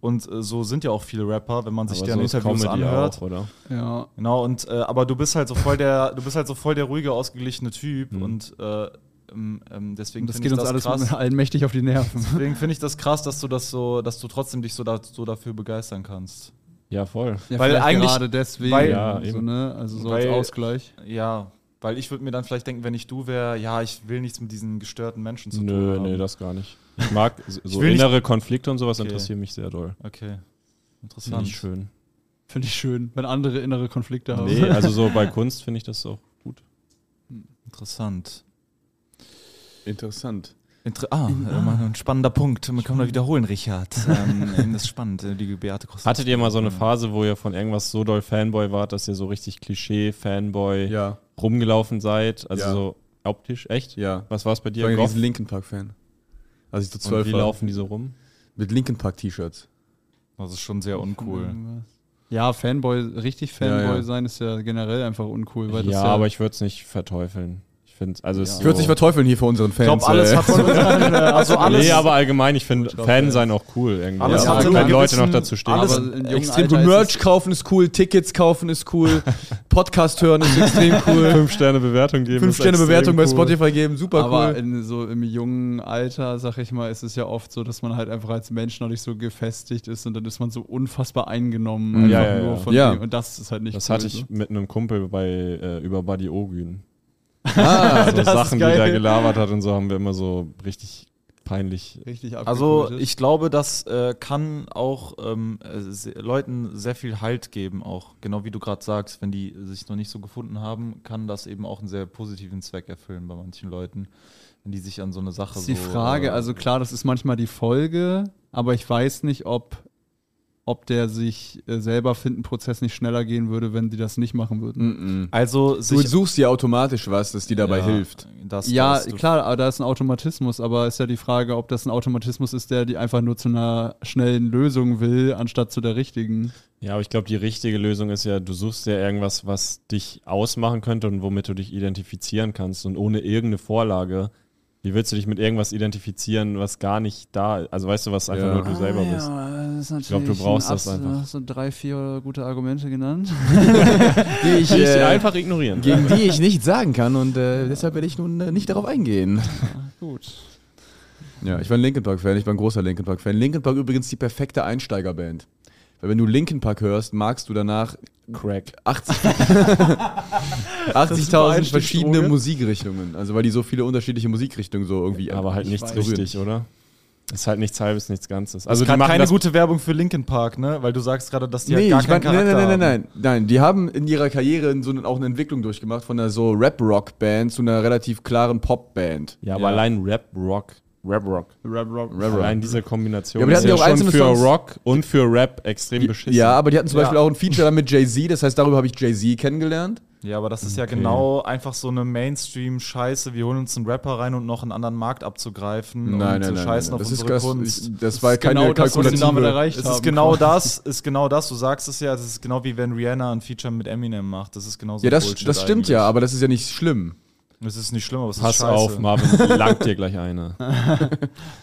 S4: Und äh, so sind ja auch viele Rapper, wenn man sich
S3: Aber
S4: deren
S3: ist
S4: Interviews
S3: Comedy
S4: anhört.
S3: Auch, oder?
S2: Ja.
S4: Genau, und äh, aber du bist halt so voll der, du bist halt so voll der ruhige, ausgeglichene Typ und äh, ähm, ähm, deswegen
S2: Mhm. Und das
S4: finde
S2: geht
S4: ich
S2: uns
S4: das
S2: alles um (laughs)
S4: krass.
S2: allmächtig auf
S4: (laughs)
S2: die Nerven.
S4: Deswegen finde ich das krass, dass du das so, dass du trotzdem dich so, da, so dafür begeistern kannst.
S3: Ja, voll.
S2: Ja,
S4: Weil
S2: vielleicht
S4: eigentlich-
S2: gerade deswegen.
S4: weil-
S3: Ja,
S2: so,
S3: eben.
S2: ne? Also so
S4: Weil-
S2: als Ausgleich.
S4: Ja, weil ich würde mir dann vielleicht denken, wenn ich du wäre, ja, ich will nichts mit diesen gestörten Menschen zu tun
S3: Nö,
S4: haben.
S3: nee, das gar
S4: (laughs)
S3: nicht. Ich mag so so
S4: will nicht-
S3: innere Konflikte und sowas
S4: Okay.
S3: interessieren mich sehr doll.
S4: Okay,
S3: Finde
S4: interessant.
S3: ich schön.
S2: Finde ich schön, wenn andere innere Konflikte haben.
S3: Nee, also so bei Kunst finde ich das
S4: (laughs)
S3: auch gut.
S4: Interessant.
S1: Interessant.
S4: Inter ah, äh, mal ein spannender Punkt. Wir können wir wiederholen,
S3: (laughs)
S4: Richard. ähm, das ist spannend, äh, die Beate Kostas.
S3: Hattet ihr mal so eine Phase, wo ihr von irgendwas so doll Fanboy wart, dass ihr so richtig Klischee-Fanboy
S1: Ja.
S3: rumgelaufen seid? Also
S1: Ja.
S3: so optisch, echt?
S1: Ja.
S3: Was war es bei
S1: Ich
S3: dir?
S1: war ein
S3: Goth?
S1: riesen Linkin Park-Fan. Als ich so
S3: und
S1: zwölf
S3: wie
S1: war.
S3: laufen die so rum?
S1: Mit Linkin Park-T-Shirts.
S4: Das ist schon sehr
S3: Mhm.
S4: uncool.
S2: Ja, Fanboy, richtig Fanboy
S1: Ja, ja.
S2: sein ist ja generell einfach uncool. Weil das (laughs)
S3: Ja, aber ich würde es nicht verteufeln. Ich finde, also es ist
S1: Ich würde sich verteufeln hier vor unseren Fans.
S4: Ich glaube, alles
S1: ey.
S4: hat
S1: (laughs)
S4: von uns eine, also alles,
S3: Nee, aber allgemein, ich finde Fan sein auch cool. Irgendwie.
S4: Alles
S3: ja,
S4: hat so
S3: wenn
S4: einen
S3: Leute noch
S4: gewissen-
S3: dazu stehen.
S4: alles-
S3: Aber
S1: Aber in jungen
S2: extrem
S1: Alter
S2: gut.
S1: ist
S2: Merch
S1: es- kaufen ist cool, Tickets kaufen ist cool, Podcast hören ist extrem cool,
S3: (laughs) fünf Sterne Bewertung geben.
S1: fünf
S3: ist
S1: Sterne Bewertung bei
S3: extrem cool.
S1: Spotify geben, super
S2: Aber
S1: cool.
S2: in, so im jungen Alter, sag ich mal, ist es ja oft so, dass man halt einfach als Mensch noch nicht so gefestigt ist und dann ist man so unfassbar eingenommen.
S3: Ja,
S2: einfach
S3: ja,
S2: nur
S3: ja.
S2: Von
S1: Ja.
S2: Dem. Und das ist halt nicht
S3: Das
S2: cool
S3: hatte
S2: so.
S3: ich mit einem Kumpel bei äh, über Buddy Ogün.
S1: Ah,
S3: (laughs) So
S2: Das ist
S3: Sachen, die
S2: geil.
S3: der gelabert hat und so, haben wir immer so richtig peinlich.
S2: Richtig
S4: Also
S2: abgekultet.
S4: ich glaube, das äh, kann auch ähm, äh, se- Leuten sehr viel Halt geben, auch genau wie du gerade sagst, wenn die sich noch nicht so gefunden haben, kann das eben auch einen sehr positiven Zweck erfüllen bei manchen Leuten, wenn die sich an so eine Sache
S2: Das ist die
S4: so,
S2: Frage.
S4: äh,
S2: Also klar, das ist manchmal die Folge, aber ich weiß nicht, ob, ob der sich äh, selber finden Prozess nicht schneller gehen würde, wenn die das nicht machen würden.
S1: Mm-mm.
S4: also
S1: Du
S4: sich
S1: suchst dir automatisch was, das dir dabei
S4: Ja,
S1: hilft.
S4: Das,
S2: Ja,
S4: das, du-
S2: klar, aber da ist ein Automatismus, aber ist ja die Frage, ob das ein Automatismus ist, der die einfach nur zu einer schnellen Lösung will, anstatt zu der richtigen.
S3: Ja, aber ich glaube, die richtige Lösung ist ja, du suchst ja irgendwas, was dich ausmachen könnte und womit du dich identifizieren kannst. Und ohne irgendeine Vorlage, wie willst du dich mit irgendwas identifizieren, was gar nicht da ist? Also weißt du, was einfach
S1: Ah, Ja.
S3: nur du
S2: Ah,
S3: selber bist.
S2: bist. Ich
S3: glaub, du brauchst das einfach.
S2: so drei, vier gute Argumente genannt. (laughs)
S1: Die ich,
S3: Die
S1: äh,
S3: einfach ignorieren.
S1: gegen die ich nichts sagen kann und äh, deshalb werde ich nun äh, nicht darauf eingehen.
S2: Gut.
S1: Ja, ich war ein Linkin Park Fan, ich war ein großer Linkin Park Fan. Linkin Park übrigens die perfekte Einsteigerband. Weil wenn du Linkin Park hörst, magst du danach
S3: Crack.
S1: (laughs) 80
S2: war
S1: 80.000
S2: Einstiegsdroge.
S1: verschiedene Musikrichtungen. Also weil die so viele unterschiedliche Musikrichtungen so irgendwie
S3: Aber halt
S1: Ich weiß.
S3: nichts richtig, oder? Ist halt nichts halbes, nichts Ganzes.
S4: das
S3: Also die
S4: kann
S3: machen
S4: keine
S3: das
S4: gute Werbung für Linkin Park, ne? Weil du sagst gerade, dass die
S1: nee,
S4: halt gar
S1: ich
S4: keinen
S1: mein, nein,
S4: Charakter
S1: nein, nein, nein,
S4: haben.
S1: nein, nein. Die haben in ihrer Karriere in so einen, auch eine Entwicklung durchgemacht von einer so Rap-Rock-Band zu einer relativ klaren Pop-Band.
S3: Ja, aber allein Rap Rock. Rap Rock.
S2: Rap Rock.
S1: Rap-Rock.
S3: Allein diese Kombination
S1: Ja, aber die
S3: ist
S1: hatten ja auch
S3: ja schon
S1: einzelne
S3: für
S1: Songs.
S3: Rock und für Rap extrem beschissen.
S1: Ja, aber die hatten zum
S4: Ja.
S1: Beispiel auch ein Feature dann mit Jay-Z, das heißt, darüber habe ich Jay-Z kennengelernt.
S4: Ja, aber das ist ja genau einfach so eine Mainstream-Scheiße. Wir holen uns einen Rapper rein und noch einen anderen Markt abzugreifen und äh, scheißen auf
S1: Das, ist,
S4: unsere
S1: das,
S4: Kunst.
S1: ich, das war keine
S2: genau das, was sie
S1: kalkulative.
S2: damit erreicht
S4: Es
S2: haben.
S4: ist
S1: (laughs)
S4: genau das, ist genau das. Du sagst es ja, es ist genau wie wenn Rihanna ein Feature mit Eminem macht. Das ist genauso
S1: ja, das,
S4: Bullshit
S1: das stimmt
S4: eigentlich.
S1: ja, aber das ist ja nicht schlimm.
S4: Das ist nicht schlimm, aber es ist
S3: Pass
S4: scheiße.
S3: auf, Marvin, langt dir gleich eine.
S2: Machen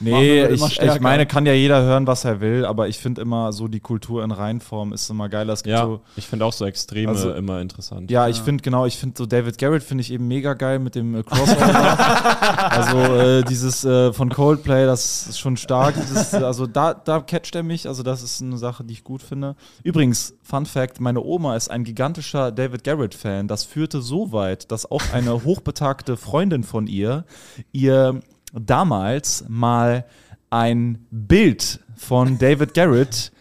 S4: Nee,
S2: wir immer
S4: ich,
S2: stärker.
S4: ich meine, kann ja jeder hören, was er will, aber ich finde immer so die Kultur in Reinform ist immer geiler. Es gibt
S3: Ja,
S4: so,
S3: ich finde auch so Extreme
S4: Also-
S3: immer interessant.
S4: ja, ich finde genau, ich finde so David Garrett finde ich eben mega geil mit dem äh, Crossover. also äh, dieses äh, von Coldplay, das ist schon stark. Dieses, äh, also da, da catcht er mich. Also das ist eine Sache, die ich gut finde. Übrigens, Fun Fact, meine Oma ist ein gigantischer David Garrett-Fan. Das führte so weit, dass auch eine hochbetagte Freundin von ihr ihr damals mal ein Bild von David Garrett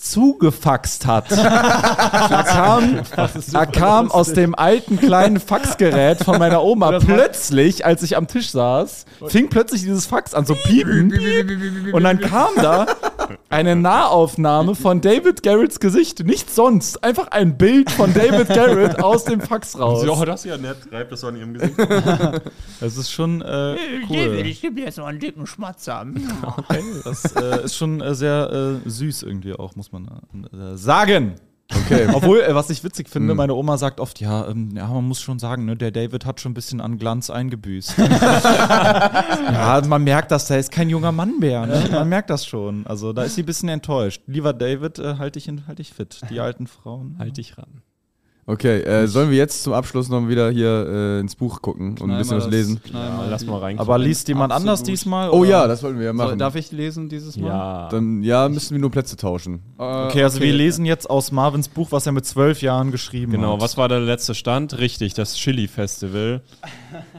S4: zugefaxt hat. Er (laughs) kam, er kam aus dem alten kleinen Faxgerät von meiner Oma plötzlich, als ich am Tisch saß, fing plötzlich dieses Fax an zu piepen. Und dann kam da eine Nahaufnahme von David Garretts Gesicht. Nichts sonst. Einfach ein Bild von David Garrett aus dem Fax raus.
S3: das ist ja nett. Reibt das so an ihrem Gesicht.
S4: Das ist schon äh, cool.
S5: Ich gebe jetzt noch einen dicken Schmatz haben.
S4: Das äh, ist schon äh, sehr äh, süß irgendwie auch, muss man äh, sagen.
S1: Okay.
S4: Obwohl, äh, was ich witzig finde,
S3: Hm.
S4: meine Oma sagt oft, ja, ähm, ja, man muss schon sagen, ne, der David hat schon ein bisschen an Glanz
S3: (laughs)
S4: eingebüßt. ja, man merkt das, der ist kein junger Mann mehr. Ne? Man merkt das schon. Also da ist sie ein bisschen enttäuscht. Lieber David, äh, halte ich, in- halt ich fit. Die alten Frauen.
S3: (laughs) Halt dich ran.
S1: Okay, äh, sollen wir jetzt zum Abschluss noch wieder hier äh, ins Buch gucken und ein bisschen was lesen?
S3: Ja, lass mal rein.
S4: Aber liest jemand
S2: Absolut.
S4: anders diesmal?
S1: Oh
S4: oder?
S1: ja, das wollten wir ja machen.
S2: darf ich lesen dieses Mal? Ah,
S3: Ja.
S1: Dann ja, müssen wir nur Plätze tauschen.
S2: Ja.
S4: Okay, also wir lesen jetzt aus Marvins Buch, was er mit zwölf Jahren geschrieben
S3: Genau,
S4: hat.
S3: was war der letzte Stand? Richtig, das (laughs) Chili-Festival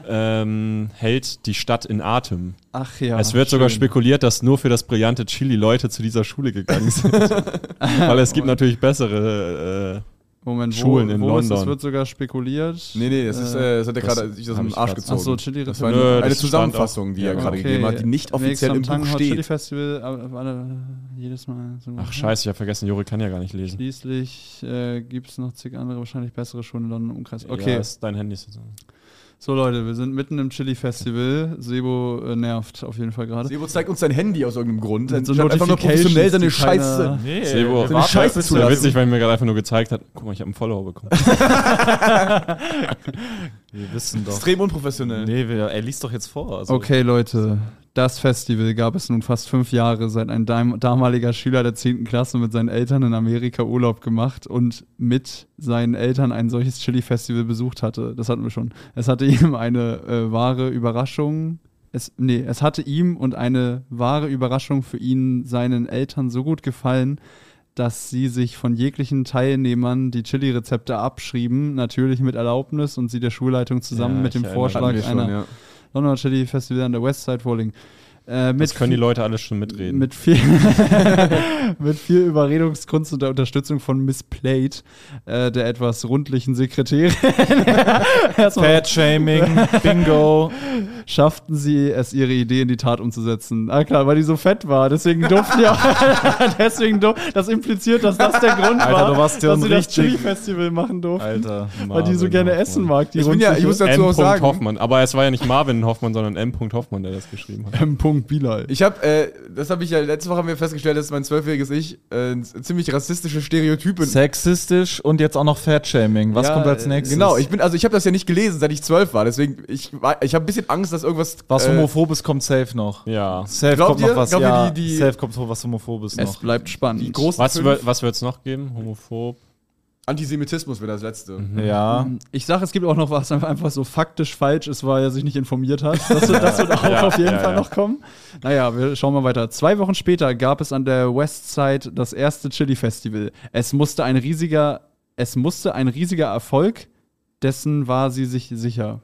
S3: ähm, hält die Stadt in Atem.
S2: Ach ja.
S3: es wird sogar spekuliert, dass nur für das brillante Chili Leute zu dieser Schule gegangen sind. Weil es gibt natürlich bessere. äh,
S2: Moment, wo,
S3: Schulen in
S2: wo Ist, das
S3: London.
S2: wird sogar spekuliert.
S1: Nee, nee, das ist, äh, das hat er
S3: das
S1: gerade sich aus
S3: hab
S1: dem
S3: ich
S1: Arsch
S3: grad-
S1: gezogen.
S2: Ach so, Chili
S1: das war
S3: Nö,
S1: eine, eine
S3: das stand
S1: Zusammenfassung, die
S3: auch.
S1: er
S3: Ja,
S1: gerade
S3: okay.
S1: gegeben hat, die nicht offiziell im Buch
S2: Chili
S1: steht.
S2: Festival, aber alle, jedes Mal. So
S3: Äh, ach, scheiße, ich habe vergessen, Juri kann ja gar nicht lesen.
S2: Schließlich äh, gibt es noch zig andere, wahrscheinlich bessere Schulen in London im Umkreis.
S3: Ja,
S2: Okay,
S3: ist dein Handy ist jetzt-
S2: So Leute, wir sind mitten im Chili-Festival. Sebo äh, nervt auf jeden Fall gerade.
S1: Sebo zeigt uns sein Handy aus irgendeinem Grund.
S2: Mit so
S1: Anstatt einfach nur
S2: Notifications,
S1: professionell
S2: die
S1: seine
S2: keiner-
S1: Scheiße.
S4: Nee,
S3: Sebo,
S4: wir
S3: so
S1: eine
S4: warten, bis
S1: Scheiße
S3: Das wäre
S1: zulassen.
S3: witzig, weil mir gerade einfach nur gezeigt hat, guck mal, ich habe einen Follower bekommen.
S4: Wir wissen doch.
S1: Extrem unprofessionell.
S4: Nee, wir, er liest doch jetzt vor. Also.
S2: Okay, Leute. Das Festival gab es nun fast fünf Jahre, seit ein dam- damaliger Schüler der 10. Klasse mit seinen Eltern in Amerika Urlaub gemacht und mit seinen Eltern ein solches Chili-Festival besucht hatte. Das hatten wir schon. Es hatte (laughs) ihm eine äh, wahre Überraschung. Es, nee, es hatte ihm und eine wahre Überraschung für ihn seinen Eltern so gut gefallen, dass sie sich von jeglichen Teilnehmern die Chili-Rezepte abschrieben, natürlich mit Erlaubnis und sie der Schulleitung zusammen
S3: Ja,
S2: mit
S3: ich
S2: dem
S3: erinnere mich
S2: Vorschlag
S1: Wir schon,
S2: einer
S1: ja.
S2: Londoner Chili Festival an der Westside Rolling. Äh, mit
S3: Jetzt können die
S2: viel-
S3: Leute alles schon mitreden.
S2: Mit viel, mit viel (laughs) Überredungskunst und der Unterstützung von Miss Plate, äh, der etwas rundlichen Sekretärin, Erstmal
S4: Fat-Shaming,
S1: (laughs)
S4: Bingo.
S2: schafften sie es, ihre Idee in die Tat umzusetzen. Ah klar, weil die so fett war, deswegen durften ja, (laughs) deswegen dur das impliziert, dass das der Grund
S4: Alter,
S2: war,
S4: du warst ja
S2: dass
S4: ein
S2: sie das
S4: richtig-
S2: Chili Festival machen durften,
S4: Alter.
S2: weil die so
S3: Marvin
S2: gerne
S3: Hoffmann.
S2: essen mag. Die
S1: Ich bin ja, ich
S2: rundliche.
S1: muss dazu
S3: M.
S1: auch sagen,
S3: Hoffmann. Aber es war ja nicht Marvin Hoffmann, sondern M. Hoffmann, der das geschrieben hat.
S2: M. Bilal.
S1: ich habe, äh, das habe ich ja letzte Woche haben wir festgestellt, dass mein zwölfjähriges Ich äh, ein ziemlich rassistische Stereotype
S4: Sexistisch und jetzt auch noch Fat-Shaming. Was
S2: Ja,
S4: kommt als
S2: äh,
S4: nächstes?
S1: Genau, ich bin, also ich habe das ja nicht gelesen, seit ich zwölf war, deswegen, ich, war- ich habe ein bisschen Angst, dass irgendwas.
S4: was
S1: äh,
S4: Homophobes kommt safe noch.
S1: (laughs)
S3: Ja.
S4: Safe
S1: Glaubt
S4: kommt
S1: ihr-
S4: noch was.
S1: glaubt ihr,
S4: Ja,
S1: die- die-
S4: safe kommt noch was Homophobes
S2: Es
S4: noch.
S2: bleibt spannend.
S1: Die großen
S3: Was,
S1: fünf-
S3: wür- was wird es noch geben? Homophob?
S1: Antisemitismus wäre das letzte.
S2: Mhm.
S4: Ja.
S2: Ich sage, es gibt auch noch was, einfach so faktisch falsch ist, weil er sich nicht informiert hat. Das wird, das
S3: (laughs)
S2: wird auch auf jeden
S3: ja,
S2: Fall
S3: ja.
S2: noch kommen. Naja, wir schauen mal weiter. Zwei Wochen später gab es an der Westside das erste Chili-Festival. Es musste ein riesiger, es musste ein riesiger Erfolg, dessen war sie sich sicher.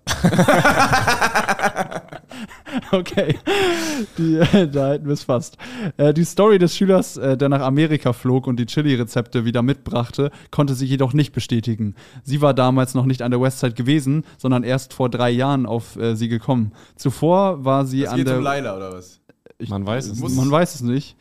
S2: okay, die, (laughs) da hätten wir es fast. Äh, die Story des Schülers, äh, der nach Amerika flog und die Chili-Rezepte wieder mitbrachte, konnte sie jedoch nicht bestätigen. Sie war damals noch nicht an der Westside gewesen, sondern erst vor drei Jahren auf äh, sie gekommen. Zuvor war sie
S1: Es
S2: an
S1: geht
S2: der
S1: um Leila oder was? (laughs)
S3: Man weiß es
S1: muss-
S3: nicht.
S2: man weiß es nicht.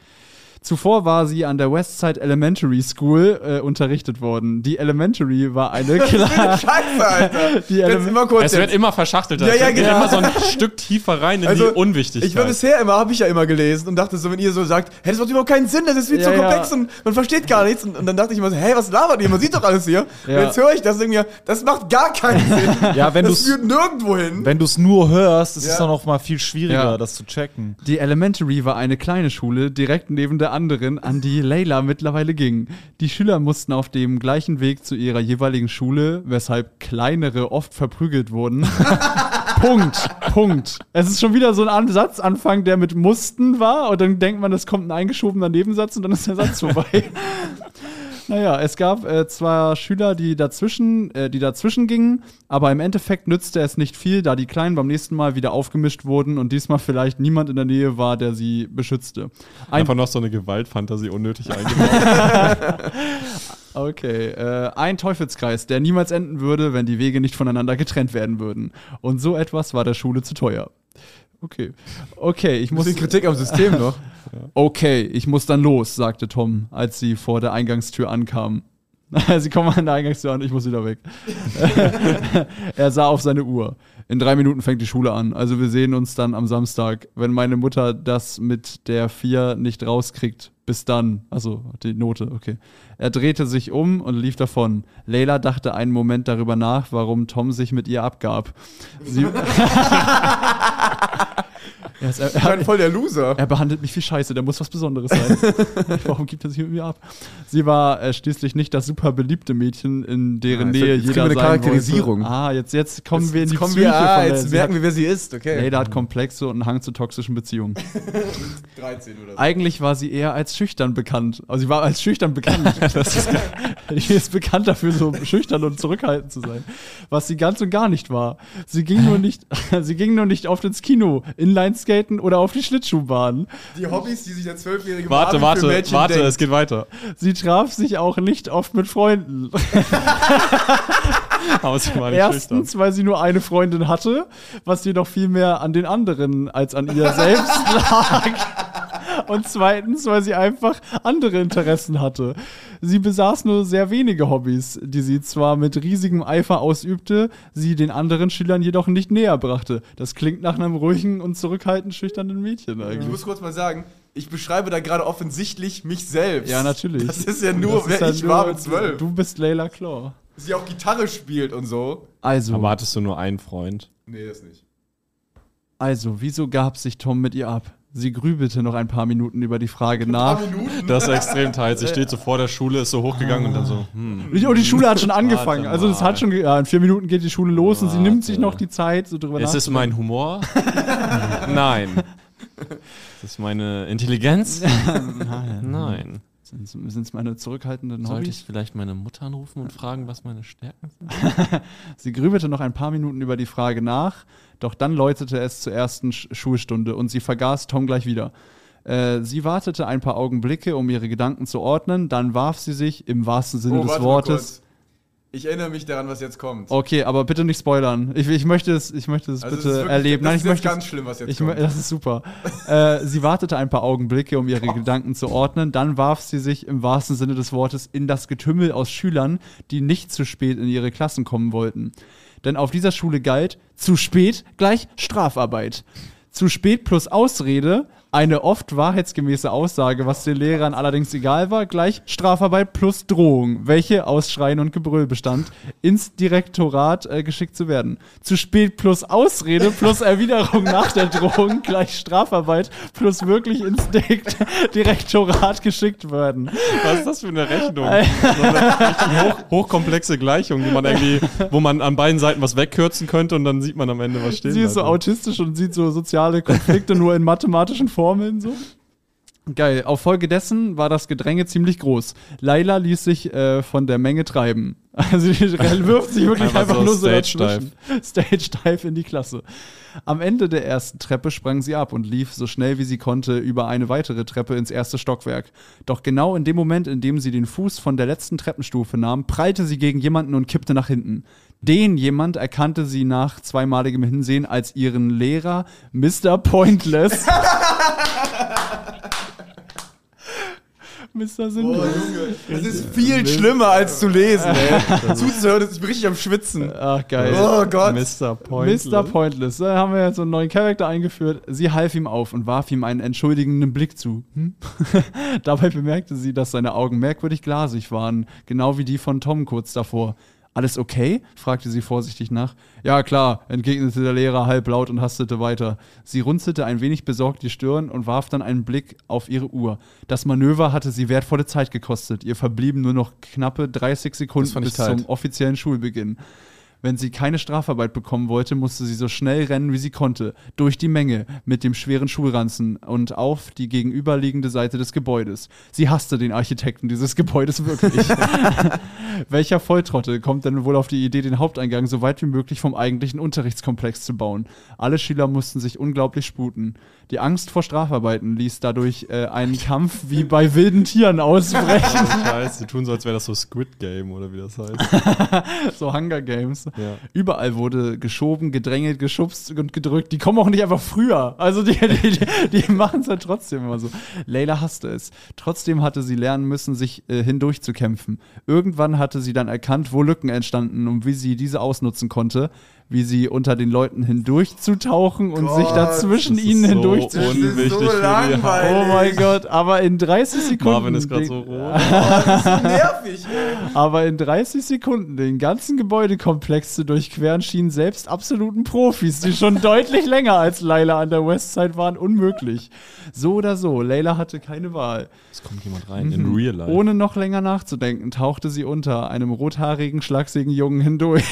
S2: Zuvor war sie an der Westside Elementary School äh, unterrichtet worden. Die Elementary
S1: (laughs)
S2: war eine Klasse.
S1: Scheiße,
S2: (laughs)
S1: Alter!
S2: Die
S1: Jetzt
S2: Element-
S1: immer kurz.
S3: Es wird
S1: jetzt.
S3: immer verschachtelter.
S1: Ja, ja,
S3: es geht
S1: genau.
S3: immer so ein Stück tiefer rein in
S1: Also,
S3: die Unwichtigkeit.
S1: ich war bisher immer, habe ich ja immer gelesen und dachte so, wenn ihr so sagt, hey, das macht überhaupt keinen Sinn, das ist viel
S2: Ja,
S1: zu
S2: ja.
S1: komplex und man versteht gar nichts. Und, und dann dachte ich immer so, hey, was labert ihr? Man sieht doch alles hier.
S2: Ja.
S1: Und jetzt höre ich das und denke mir, das macht gar
S2: (laughs)
S1: keinen Sinn.
S4: Ja, wenn
S1: das
S4: du's-
S1: führt nirgendwo hin.
S4: Wenn du es nur hörst, ist es
S1: Ja.
S4: dann auch mal viel schwieriger,
S2: Ja.
S4: das zu checken.
S2: Die Elementary war eine kleine Schule direkt neben der anderen, an die Layla mittlerweile ging. Die Schüler mussten auf dem gleichen Weg zu ihrer jeweiligen Schule, weshalb kleinere oft verprügelt wurden. Punkt, Punkt. Es ist schon wieder so ein An- Satzanfang, der mit mussten war und dann denkt man, es kommt ein eingeschobener Nebensatz und dann ist der Satz vorbei. Naja, es gab äh, zwar Schüler, die dazwischen, äh, die dazwischen gingen, aber im Endeffekt nützte es nicht viel, da die Kleinen beim nächsten Mal wieder aufgemischt wurden und diesmal vielleicht niemand in der Nähe war, der sie beschützte. Ein
S3: Einfach noch so eine Gewaltfantasie unnötig eingebaut.
S2: Okay, äh, ein Teufelskreis, der niemals enden würde, wenn die Wege nicht voneinander getrennt werden würden. Und so etwas war der Schule zu teuer. Okay. Okay, ich muss.
S1: Bisschen Kritik am System
S2: (laughs)
S1: noch.
S2: Okay, ich muss dann los, sagte Tom, als sie vor der Eingangstür ankamen. (laughs) sie kommen an der Eingangstür an, ich muss wieder weg. (laughs) er sah auf seine Uhr. In drei Minuten fängt die Schule an, also wir sehen uns dann am Samstag, wenn meine Mutter das mit der vier nicht rauskriegt. Bis dann. Also die Note, okay. Er drehte sich um und lief davon. Leila dachte einen Moment darüber nach, warum Tom sich mit ihr abgab.
S1: (laughs)
S2: Sie (laughs) er, ist, er,
S1: Ich bin voll der Loser.
S2: er behandelt mich wie Scheiße, der muss was Besonderes
S1: (laughs)
S2: sein. Warum gibt er sich mit mir ab? Sie war äh, schließlich nicht das super beliebte Mädchen, in deren
S1: Ah, jetzt-
S2: Nähe
S1: jetzt
S2: jeder
S1: kriegen wir eine
S2: sein
S1: Charakterisierung.
S2: Wollte. Ah, jetzt, jetzt kommen wir in die
S1: Jetzt kommen
S2: Psyche
S1: wir, ah,
S2: von der-
S1: jetzt
S2: sie
S1: merken
S2: hat,
S1: wir, wer sie ist. Okay.
S2: Ada hat komplexe und einen Hang zu toxischen Beziehungen.
S1: 13 oder so.
S2: Eigentlich war sie eher als schüchtern bekannt. Also sie war als
S1: (laughs)
S2: schüchtern bekannt. das ist, (laughs) sie ist bekannt dafür, so schüchtern und zurückhaltend zu sein. Was sie ganz und gar nicht war. Sie
S1: (laughs)
S2: ging nur nicht, (laughs) sie ging nur nicht oft ins Kino, Inlineskaten oder auf die Schlittschuhbahn.
S1: Die Hobbys, die sich der zwölfjährige
S3: (laughs) Warte,
S1: Marvin für
S3: warte,
S1: Mädchen
S3: warte,
S1: denkt.
S3: es geht weiter.
S2: Sie traf sich auch nicht oft mit Freunden.
S3: Aber sie war nicht schüchtern.
S2: Erstens, weil sie nur eine
S1: (laughs)
S2: Freundin hatte, was jedoch viel mehr an den anderen als an ihr selbst lag. Und zweitens, weil sie einfach andere Interessen hatte. Sie besaß nur sehr wenige Hobbys, die sie zwar mit riesigem Eifer ausübte, sie den anderen Schülern jedoch nicht näher brachte. Das klingt nach einem ruhigen und zurückhaltend schüchternen Mädchen
S1: Ich
S2: eigentlich.
S1: muss kurz mal sagen, ich beschreibe da gerade offensichtlich mich selbst.
S2: Ja, natürlich.
S1: Das ist ja nur,
S2: Das ist
S1: wer
S2: halt
S1: ich
S2: nur-
S1: war mit zwölf.
S2: Du bist Layla Claw.
S1: Sie auch Gitarre spielt und so.
S2: Also,
S3: Aber hattest du nur einen Freund?
S1: Nee, das nicht.
S2: also, wieso gab sich Tom mit ihr ab? Sie grübelte noch ein paar Minuten über die Frage nach.
S1: Minuten?
S3: Das ist extrem teils.
S1: Äh,
S3: Sie steht so vor der Schule, ist so hochgegangen und dann so, hm.
S2: Und die Schule
S1: (laughs)
S2: hat schon angefangen.
S3: mal.
S2: Also es hat schon, ge- ja, in vier Minuten geht die Schule los und sie nimmt sich noch die Zeit, so drüber
S3: Ist es mein Humor? Nein. Ist es meine Intelligenz? Nein.
S2: Sind es meine zurückhaltenden
S3: Sollte ich
S2: Hobbys?
S3: vielleicht meine Mutter anrufen und fragen, was meine Stärken sind?
S2: Sie grübelte noch ein paar Minuten über die Frage nach, doch dann läutete es zur ersten Sch Schulstunde und sie vergaß Tom gleich wieder. Äh, Sie wartete ein paar Augenblicke, um ihre Gedanken zu ordnen, dann warf sie sich im wahrsten Sinne des
S1: Oh, warte mal
S2: Wortes.
S1: kurz. Ich erinnere mich daran, was jetzt kommt.
S2: Okay, aber bitte nicht spoilern. Ich, ich möchte es, ich möchte es
S1: Also,
S2: bitte
S1: es ist wirklich-
S2: erleben.
S1: Das
S2: Nein,
S1: ist
S2: ich
S1: jetzt
S2: möchte es-
S1: ganz schlimm, was jetzt
S2: Ich, mö-
S1: kommt.
S2: das ist super. äh, sie wartete ein paar Augenblicke, um
S1: Oh.
S2: ihre Gedanken zu ordnen. Dann warf sie sich im wahrsten Sinne des Wortes in das Getümmel aus Schülern, die nicht zu spät in ihre Klassen kommen wollten. Denn auf dieser Schule galt zu spät gleich Strafarbeit. Zu spät plus Ausrede, eine oft wahrheitsgemäße Aussage, was den Lehrern allerdings egal war, gleich Strafarbeit plus Drohung, welche aus Schreien und Gebrüll bestand, ins Direktorat äh, geschickt zu werden. Zu spät plus Ausrede plus Erwiderung nach der Drohung gleich Strafarbeit plus wirklich ins Direkt Direktorat geschickt werden.
S3: Was ist das für eine Rechnung? So eine richtig hoch, hochkomplexe Gleichung, die man irgendwie, wo man an beiden Seiten was wegkürzen könnte und dann sieht man am Ende, was steht.
S2: Sie ist so autistisch und sieht so soziale Konflikte nur in mathematischen Formeln so. Geil. Auf Folge dessen war das Gedränge ziemlich groß. Laila ließ sich äh, von der Menge treiben. (laughs) Also die wirft sich wirklich
S3: Einfach
S2: einfach
S3: so
S2: nur so
S3: stage
S2: dazwischen. Stage dive in die Klasse. Am Ende der ersten Treppe sprang sie ab und lief so schnell wie sie konnte über eine weitere Treppe ins erste Stockwerk. Doch genau in dem Moment, in dem sie den Fuß von der letzten Treppenstufe nahm, prallte sie gegen jemanden und kippte nach hinten. Den jemand erkannte sie nach zweimaligem Hinsehen als ihren Lehrer Mr. Pointless. Mr.
S1: Oh,
S2: Sinnlos.
S1: Junge. Das ist viel schlimmer als zu lesen,
S2: (laughs)
S1: ey. Zuzuhören ist ich bin richtig am Schwitzen.
S2: Ach, geil.
S1: Oh Gott.
S3: Mr. Pointless.
S2: Mr. Pointless. Da haben wir jetzt so einen neuen Charakter eingeführt. Sie half ihm auf und warf ihm einen entschuldigenden Blick zu. Hm? (laughs) Dabei bemerkte sie, dass seine Augen merkwürdig glasig waren, genau wie die von Tom kurz davor. Alles okay? fragte sie vorsichtig nach. Ja, klar, entgegnete der Lehrer halblaut und hastete weiter. Sie runzelte ein wenig besorgt die Stirn und warf dann einen Blick auf ihre Uhr. Das Manöver hatte sie wertvolle Zeit gekostet. Ihr verblieben nur noch knappe 30 Sekunden
S1: fand ich
S2: bis
S1: tight.
S2: zum offiziellen Schulbeginn. Wenn sie keine Strafarbeit bekommen wollte, musste sie so schnell rennen, wie sie konnte, durch die Menge, mit dem schweren Schulranzen und auf die gegenüberliegende Seite des Gebäudes. Sie hasste den Architekten dieses (laughs) Gebäudes wirklich. Welcher Volltrottel kommt denn wohl auf die Idee, den Haupteingang so weit wie möglich vom eigentlichen Unterrichtskomplex zu bauen? Alle Schüler mussten sich unglaublich sputen. Die Angst vor Strafarbeiten ließ dadurch äh, einen Kampf wie bei wilden Tieren ausbrechen.
S3: Scheiße, sie tun so, als wäre das so Squid Game oder wie das heißt.
S2: so Hunger Games.
S3: Ja.
S2: Überall wurde geschoben, gedrängelt, geschubst und gedrückt. Die kommen auch nicht einfach früher. Also die, die, die, die machen es halt trotzdem immer so. Layla hasste es. Trotzdem hatte sie lernen müssen, sich äh, hindurchzukämpfen. Irgendwann hatte sie dann erkannt, wo Lücken entstanden und wie sie diese ausnutzen konnte, wie sie unter den Leuten hindurchzutauchen und sich
S1: Gott,
S2: dazwischen
S3: das ist
S2: ihnen
S3: so
S2: hindurch zu
S3: un- Unwichtig für die-
S2: Oh mein Gott, aber in 30 Sekunden.
S3: Marvin ist gerade
S2: den-
S3: so rot.
S1: (laughs) Nervig. ey.
S2: aber in 30 Sekunden den ganzen Gebäudekomplex zu durchqueren, schienen selbst absoluten Profis, die schon deutlich länger als Layla an der Westside waren, unmöglich. So oder so, Layla hatte keine Wahl.
S3: Es kommt jemand rein, in real life.
S2: Ohne noch länger nachzudenken, tauchte sie unter einem rothaarigen, schlagsigen Jungen hindurch,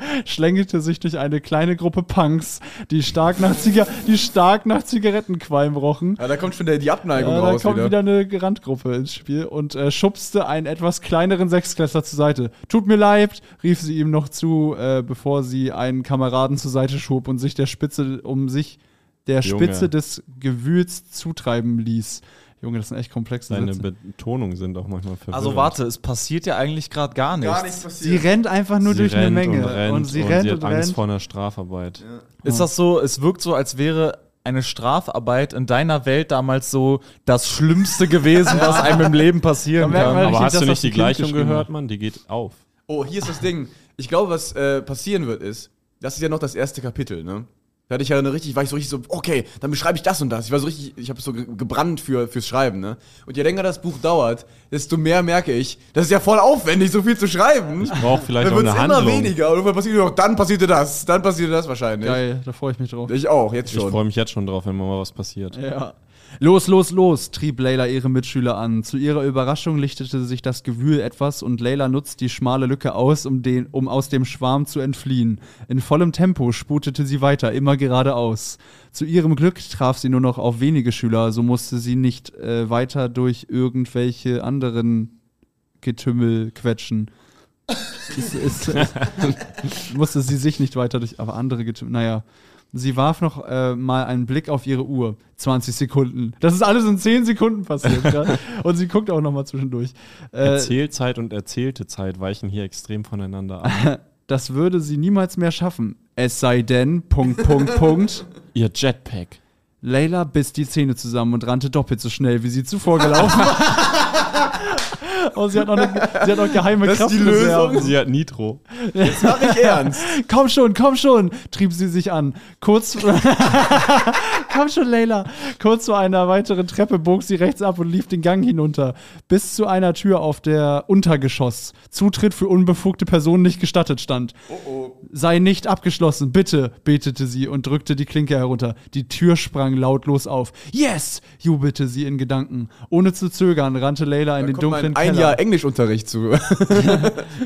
S2: (laughs) schlängelte sich durch eine kleine Gruppe Punks, die stark nach, Ziga die stark nach Zigarettenqualm rochen.
S1: Ja, da kommt schon der, die Abneigung
S2: Ja, Äh, da
S1: raus
S2: kommt
S1: wieder.
S2: wieder eine Randgruppe ins Spiel und äh, schubste einen etwas kleineren Sechsklässler zur Seite. Tut mir leid, rief sie ihm noch zu, äh, bevor sie einen Kameraden zur Seite schob und sich der Spitze um sich der
S3: Junge.
S2: Spitze des Gewühls zutreiben ließ. Junge, das sind echt komplexe
S3: Seine
S2: Sätze.
S3: Betonungen sind auch manchmal verwirrend.
S4: (laughs) Also warte, es passiert ja eigentlich gerade gar nichts.
S1: Gar nichts
S2: Sie
S1: passiert.
S2: rennt einfach nur
S3: Sie
S2: durch eine
S3: rennt
S2: Menge
S3: Und, rennt
S2: und sie rennt
S3: sie hat
S2: und
S3: Angst
S2: rennt.
S3: vor einer Strafarbeit.
S4: Ist das so, es wirkt so, als wäre eine Strafarbeit in deiner Welt damals so das Schlimmste gewesen, was einem im Leben passieren
S2: Da merkt
S4: kann?
S2: man
S3: Aber
S2: richtig,
S3: hast
S2: dass
S3: du
S2: das
S3: nicht die
S2: Kind
S3: Gleichung
S2: geschrieben
S3: gehört, Mann? Die geht auf.
S1: Oh, hier ist das Ding. Ich glaube, was äh, passieren wird, ist, das ist ja noch das erste Kapitel, ne? Da hatte ich ja eine richtig, war ich so richtig so, okay, dann beschreibe ich das und das. Ich war so richtig, ich habe so ge- gebrannt für, fürs Schreiben, ne? Und je länger das Buch dauert, desto mehr merke ich, das ist ja voll aufwendig, so viel zu schreiben.
S3: Braucht vielleicht
S1: Dann
S3: auch
S1: wird
S3: halt eine
S1: es immer
S3: Handlung.
S1: weniger. Und irgendwann passiert nur noch, dann passierte das, dann passierte das wahrscheinlich.
S2: Geil, da freue ich mich drauf.
S1: Ich auch, jetzt
S3: Ich
S1: schon.
S3: freue mich jetzt schon drauf, wenn mal was passiert.
S2: Ja. Los, los, los, trieb Layla ihre Mitschüler an. Zu ihrer Überraschung lichtete sich das Gewühl etwas und Layla nutzt die schmale Lücke aus, um, den, um aus dem Schwarm zu entfliehen. In vollem Tempo sputete sie weiter, immer geradeaus. Zu ihrem Glück traf sie nur noch auf wenige Schüler, so musste sie nicht äh, weiter durch irgendwelche anderen Getümmel quetschen. es, es, es,
S1: (laughs)
S2: musste sie sich nicht weiter durch, aber andere getümmelt. Naja. Sie warf noch äh, mal einen Blick auf ihre Uhr. 20 Sekunden. Das ist alles in 10 Sekunden passiert.
S1: (laughs)
S2: ja? Und sie guckt auch noch mal zwischendurch. Äh,
S3: Erzählzeit und erzählte Zeit weichen hier extrem voneinander ab.
S2: das würde sie niemals mehr schaffen. Es sei denn, Punkt,
S1: (laughs)
S2: Punkt, Punkt.
S3: (laughs) Ihr Jetpack.
S2: Layla biss die Zähne zusammen und rannte doppelt so schnell, wie sie zuvor gelaufen war.
S1: (laughs)
S2: Oh, sie hat noch, eine, sie hat noch geheime
S1: Das ist die
S2: Kraftreserven.
S3: Sie hat Nitro.
S1: Mach ich ernst.
S2: Komm schon, komm schon, trieb sie sich an. Kurz. (laughs) komm schon, Layla. Kurz vor einer weiteren Treppe bog sie rechts ab und lief den Gang hinunter. Bis zu einer Tür auf der Untergeschoss. Zutritt für unbefugte Personen nicht gestattet stand.
S1: Oh,
S2: Sei nicht abgeschlossen, bitte, betete sie und drückte die Klinke herunter. Die Tür sprang lautlos auf. (laughs) Yes! jubelte sie in Gedanken. Ohne zu zögern rannte Layla in den
S1: Kommt mein
S2: dunklen
S1: ein
S2: Keller.
S1: Jahr Englischunterricht zu.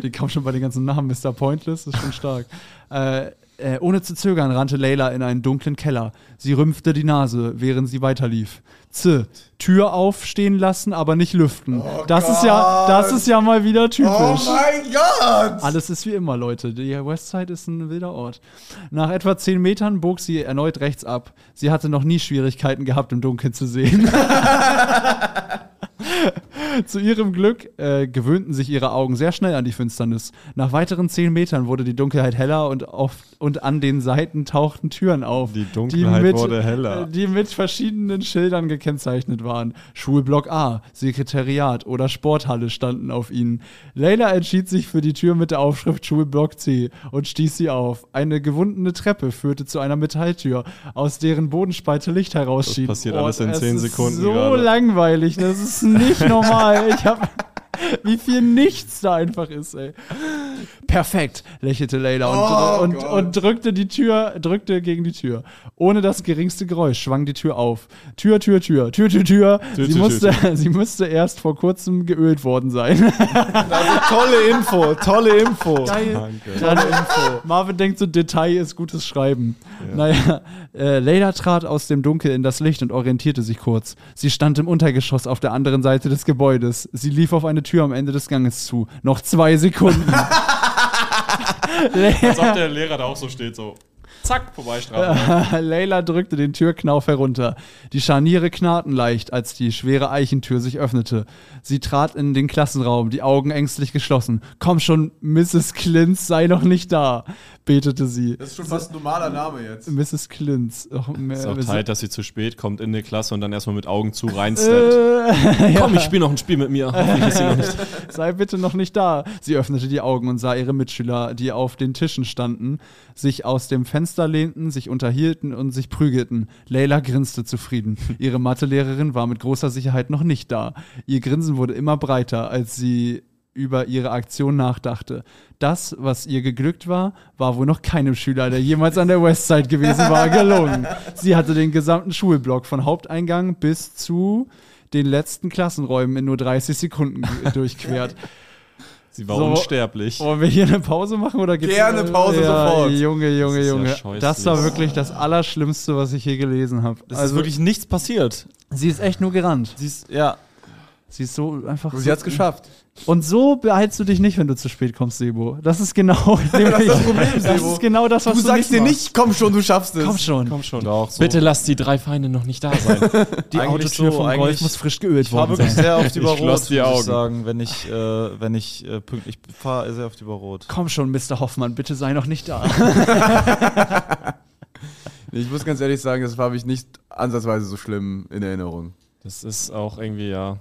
S2: Die kam schon bei den ganzen Namen, Mr. Pointless, ist schon stark. äh, äh, ohne zu zögern rannte Layla in einen dunklen Keller. Sie rümpfte die Nase, während sie weiterlief. Z, Tür aufstehen lassen, aber nicht lüften. das ist ja, das ist ja mal wieder typisch.
S1: Oh mein Gott!
S2: Alles ist wie immer, Leute. Die Westside ist ein wilder Ort. Nach etwa zehn Metern bog sie erneut rechts ab. Sie hatte noch nie Schwierigkeiten gehabt, im Dunkeln zu sehen. Zu ihrem Glück äh, gewöhnten sich ihre Augen sehr schnell an die Finsternis. Nach weiteren zehn Metern wurde die Dunkelheit heller und, auf, und an den Seiten tauchten Türen auf.
S3: Die Dunkelheit
S2: mit- äh,
S3: wurde heller.
S2: die mit verschiedenen Schildern gekennzeichnet waren. Schulblock A, Sekretariat oder Sporthalle standen auf ihnen. Leila entschied sich für die Tür mit der Aufschrift Schulblock C und stieß sie auf. Eine gewundene Treppe führte zu einer Metalltür, aus deren Bodenspalte Licht herausschien.
S3: Das passiert alles in
S2: es
S3: zehn
S2: ist
S3: Sekunden
S2: So
S3: gerade.
S2: langweilig, das ist nicht
S3: (laughs)
S2: normal. Ich habe wie viel nichts da einfach ist, ey. Perfekt, lächelte
S3: Oh
S2: Layla und, und, und drückte die Tür, drückte gegen die Tür. Ohne das geringste Geräusch schwang die Tür auf. Tür, Tür, Tür, Tür, Tür, Tür. sie,
S3: Tür,
S2: musste, (laughs) sie musste erst vor kurzem geölt worden sein.
S4: Tolle Info, tolle Info.
S2: Dann, Marvin denkt so, Detail ist gutes Schreiben. Naja, äh, Layla trat aus dem Dunkel in das Licht und orientierte sich kurz. Sie stand im Untergeschoss auf der anderen Seite des Gebäudes. Sie lief auf eine Tür am Ende des Ganges zu. Noch zwei Sekunden. Lay- (laughs)
S3: Als ob der Lehrer da auch so steht, so. Zack, vorbeistrafen.
S2: Layla drückte den Türknauf herunter. Die Scharniere knarrten leicht, als die schwere Eichentür sich öffnete. Sie trat in den Klassenraum, die Augen ängstlich geschlossen. Komm schon, Mrs. Klintz, sei noch nicht da, betete sie.
S1: Das ist schon fast ein normaler Name jetzt.
S2: Mrs. Klintz. Oh, Och, mehr,
S3: Ist auch
S2: Mrs.
S3: Zeit, dass sie zu spät kommt in die Klasse und dann erstmal mit Augen (laughs) zu reinsteppt. Komm, ich spiele noch ein Spiel mit mir. Hoffentlich ist sie noch nicht.
S2: Äh,
S3: (laughs)
S2: Sei bitte noch nicht da. Sie öffnete die Augen und sah ihre Mitschüler, die auf den Tischen standen, sich aus dem Fenster lehnten, sich unterhielten und sich prügelten. Leila grinste zufrieden. Ihre Mathelehrerin war mit großer Sicherheit noch nicht da. Ihr Grinsen wurde immer breiter, als sie über ihre Aktion nachdachte. Das, was ihr geglückt war, war wohl noch keinem Schüler, der jemals an der Westside gewesen war, gelungen. Sie hatte den gesamten Schulblock von Haupteingang bis zu den letzten Klassenräumen in nur 30 Sekunden (laughs) ge- durchquert.
S3: Sie war
S2: So.
S3: unsterblich.
S2: Wollen wir hier eine Pause machen oder geht's
S1: Gerne Pause sofort.
S2: Junge, Junge,
S3: Das ist ja
S2: Junge.
S3: scheußlich.
S2: das war wirklich das Allerschlimmste, was ich hier gelesen habe.
S4: Es ist wirklich nichts passiert.
S2: sie ist echt nur gerannt.
S4: Sie ist, ja.
S2: Sie ist so einfach.
S1: Sie
S2: so-
S1: hat's geschafft.
S2: Und so behältst du dich nicht, wenn du zu spät kommst, Sebo. Das ist genau das,
S1: das Problem,
S2: das
S1: Sebo.
S2: ist genau das, was
S1: Du
S2: du,
S1: sagst dir
S2: machst.
S1: nicht, komm schon, du schaffst es.
S2: Komm schon.
S3: Komm schon.
S4: so.
S3: Bitte lass die drei Feinde noch nicht da sein.
S2: Die
S4: Eigentlich
S2: Autotür
S4: so,
S2: vom Golf
S4: eigentlich-
S2: muss frisch geölt
S4: Ich fahre
S2: worden
S4: wirklich
S2: sein.
S4: sehr auf die
S3: (laughs) Ich
S4: Barot,
S3: schloss die
S4: muss
S3: Augen.
S4: ich sagen, wenn ich, äh, wenn ich äh, pünktlich ich fahre sehr auf die Barot.
S2: Komm schon, Mr. Hoffmann, bitte sei noch nicht da.
S1: Nee, Ich muss ganz ehrlich sagen, das habe ich nicht ansatzweise so schlimm in Erinnerung.
S3: Das ist auch irgendwie, ja.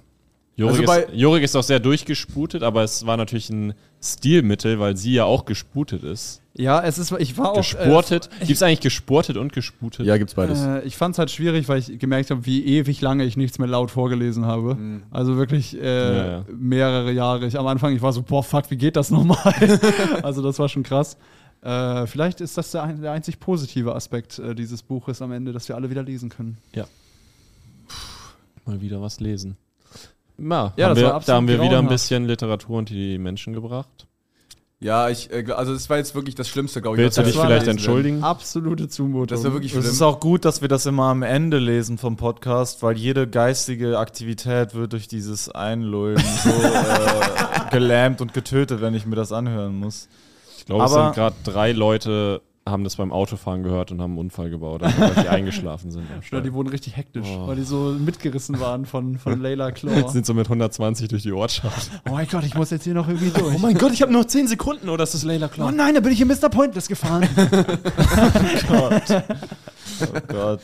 S3: Jorik,
S1: Also bei-
S3: ist, Jorik ist auch sehr durchgesputet, aber es war natürlich ein Stilmittel, weil sie ja auch gesputet ist.
S2: Ja, es ist, ich war auch.
S3: äh, Gespurtet. Gibt es eigentlich gespurtet und gesputet?
S1: gibt's
S2: Äh, ich fand es halt schwierig, weil ich gemerkt habe, wie ewig lange ich nichts mehr laut vorgelesen habe. Also wirklich äh,
S3: Mhm. Ja, ja.
S2: mehrere Jahre. Ich, am Anfang, ich war so, boah, fuck, wie geht das nochmal?
S3: (laughs)
S2: also das war schon krass. Äh, vielleicht ist das der, ein- der einzig positive Aspekt äh, dieses Buches am Ende, dass wir alle wieder lesen können.
S3: Mal wieder was lesen. Na,
S2: Ja, das
S3: haben
S2: war
S3: wir, da
S2: absolut
S3: haben wir wieder ein
S2: grauenhaft.
S3: bisschen Literatur unter die Menschen gebracht.
S1: Ja, ich, äh, gl- also das war jetzt wirklich das Schlimmste, glaube ich.
S3: Willst du
S1: was wir
S3: dich
S2: war
S3: vielleicht
S1: gelesen haben.
S3: entschuldigen?
S2: Absolute Zumutung.
S1: Das war wirklich
S4: Es ist
S1: schlimm.
S4: auch gut, dass wir das immer am Ende lesen vom Podcast, weil jede geistige Aktivität wird durch dieses
S3: (laughs)
S4: Einlullen so äh, gelähmt und getötet, wenn ich mir das anhören muss.
S3: Ich glaube, es
S4: Aber-
S3: sind gerade drei Leute, haben das beim Autofahren gehört und haben einen Unfall gebaut, einfach, weil die eingeschlafen sind. am
S2: Ja,
S3: Steuer.
S2: die wurden richtig hektisch,
S3: Oh.
S2: weil die so mitgerissen waren von, von Layla Claw.
S3: (laughs) Sind so mit 120 durch die Ortschaft.
S2: oh mein Gott, ich muss jetzt hier noch irgendwie durch.
S3: Oh mein Gott, ich habe noch 10 Sekunden, oder das ist Layla
S2: Oh nein, da bin ich in Mr. Pointless
S3: (laughs)
S2: gefahren.
S4: Oh Gott.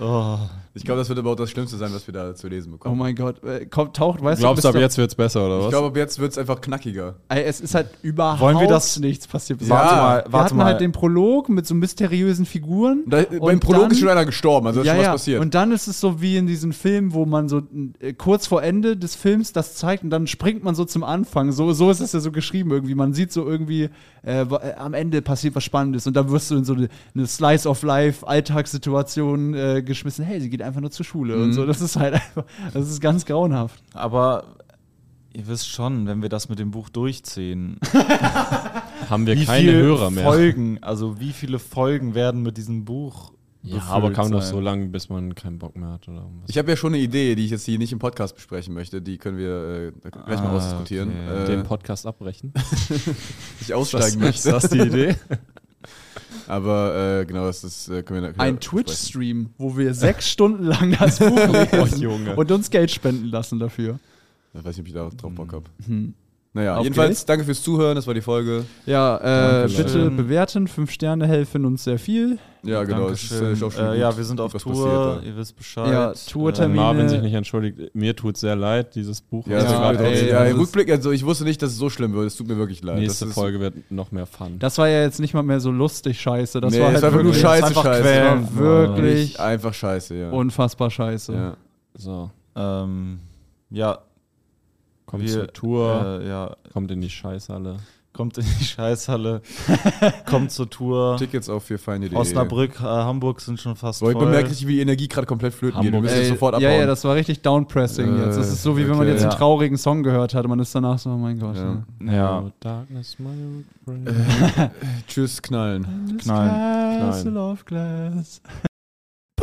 S4: Oh.
S1: Ich glaube, das wird aber auch das Schlimmste sein, was wir da zu lesen
S2: oh
S1: bekommen.
S2: mein Gott, äh, komm, taucht, weißt
S3: Glaubst
S2: du,
S3: du, ab
S2: Mr.
S3: jetzt wird's besser, oder was?
S1: ich glaube, ab jetzt wird es einfach knackiger.
S2: Ey, es ist halt überhaupt
S4: Wollen wir das-
S2: nichts passiert.
S1: Ja,
S4: Warte
S2: Warte mal,
S4: mal,
S2: wir
S4: warte
S2: hatten
S4: mal.
S2: halt den Prolog mit so mysteriösen Figuren.
S1: Und da, beim
S2: Und
S1: Äh, Prolog
S2: dann-
S1: ist schon einer gestorben, also ist
S2: ja,
S1: schon was
S2: ja.
S1: passiert.
S2: Und dann ist es so wie in diesen Filmen, wo man so äh, kurz vor Ende des Films das zeigt und dann springt man so zum Anfang. So, so ist es ja so geschrieben irgendwie. Man sieht so irgendwie, äh, wa- äh, am Ende passiert was Spannendes und dann wirst du in so eine, eine Slice of Life, Alltagssituation äh, geschmissen. Hey, sie geht einfach nur zur Schule und so. Das ist halt einfach, das ist ganz grauenhaft.
S4: Aber ihr wisst schon, wenn wir das mit dem Buch durchziehen,
S3: haben wir keine
S4: viele
S3: Hörer mehr.
S4: Folgen, also wie viele Folgen werden mit diesem Buch?
S3: ja,
S4: befüllt
S3: aber kann man doch
S4: sein?
S3: so lange, bis man keinen Bock mehr hat. Oder was.
S1: Ich habe ja schon eine Idee, die ich jetzt hier nicht im Podcast besprechen möchte. Die können wir äh, gleich mal
S4: Ah,
S1: ausdiskutieren.
S4: okay.
S1: Äh,
S3: den Podcast abbrechen.
S1: ich aussteigen
S3: (laughs)
S1: möchte.
S3: das die Idee?
S1: Aber äh, genau, das ist, äh, können wir können
S2: Ein
S1: wir besprechen.
S2: Twitch-Stream, wo wir sechs Stunden lang
S1: (laughs)
S2: das Buch
S1: Oh,
S2: lesen
S3: Oh, Junge.
S2: und uns Geld spenden lassen dafür.
S1: Ich weiß nicht, ob ich da drauf Bock habe. Naja,
S2: Hm. Auf
S1: jedenfalls
S2: geht's.
S1: danke fürs Zuhören, das war die Folge.
S2: Ja, äh,
S3: Danke,
S2: bitte
S4: Leute.
S2: bewerten. Fünf Sterne helfen uns sehr viel.
S1: Ja, genau. es
S4: Dankeschön.
S1: ist, äh, auch schon
S4: äh,
S1: gut,
S4: ja, wir sind auf
S1: was
S4: Tour,
S1: passiert da.
S4: ihr wisst Bescheid.
S2: Ja, Tourtermin.
S4: Äh,
S3: Marvin
S2: Termine-
S3: sich nicht entschuldigt. Mir tut's sehr leid, dieses Buch. Also
S1: Ja,
S3: was wir
S1: das
S3: gerade
S1: tut mir
S2: ey,
S1: auch-
S3: aufnehmen.
S1: ja,
S2: das
S1: im
S2: ist-
S1: Rückblick, also ich wusste nicht, dass es so schlimm wird. Es tut mir wirklich leid.
S3: Nächste
S1: das ist,
S3: Folge wird noch mehr Fun.
S2: Das war ja jetzt nicht mal mehr so lustig scheiße. Das
S1: Nee,
S2: war halt
S1: es war einfach nur
S2: wirklich,
S1: Scheiße,
S4: einfach
S1: Scheiße.
S4: quälen.
S2: Es war wirklich
S1: Wirklich einfach scheiße, ja.
S2: unfassbar scheiße.
S1: ja.
S3: So,
S4: Ähm, ja,
S3: kommt
S4: Wir-
S3: zur Tour,
S4: äh, ja,
S3: kommt in die Scheißhalle.
S4: kommt in die (laughs) Scheißhalle, kommt zur Tour.
S1: Tickets auf für feine
S4: Osnabrück, äh, Hamburg sind schon fast
S1: Wollt
S4: voll.
S1: bemerklich, wie die Energie gerade komplett flöten geht. Wir
S3: Hamburg.
S1: müssen
S2: Ey,
S1: jetzt sofort abhauen.
S2: ja, ja, das war richtig downpressing
S1: Äh,
S2: jetzt. Das ist so, wie wenn man
S1: okay.
S2: jetzt einen
S4: Ja.
S2: traurigen Song gehört hat. Man ist danach so, oh mein Gott.
S1: Ja.
S2: Ja.
S4: ja,
S3: Oh, Darkness, my old friend.
S1: Tschüss, knallen.
S4: knallen.
S2: Glass,
S3: Knallen.
S2: love glass. (laughs)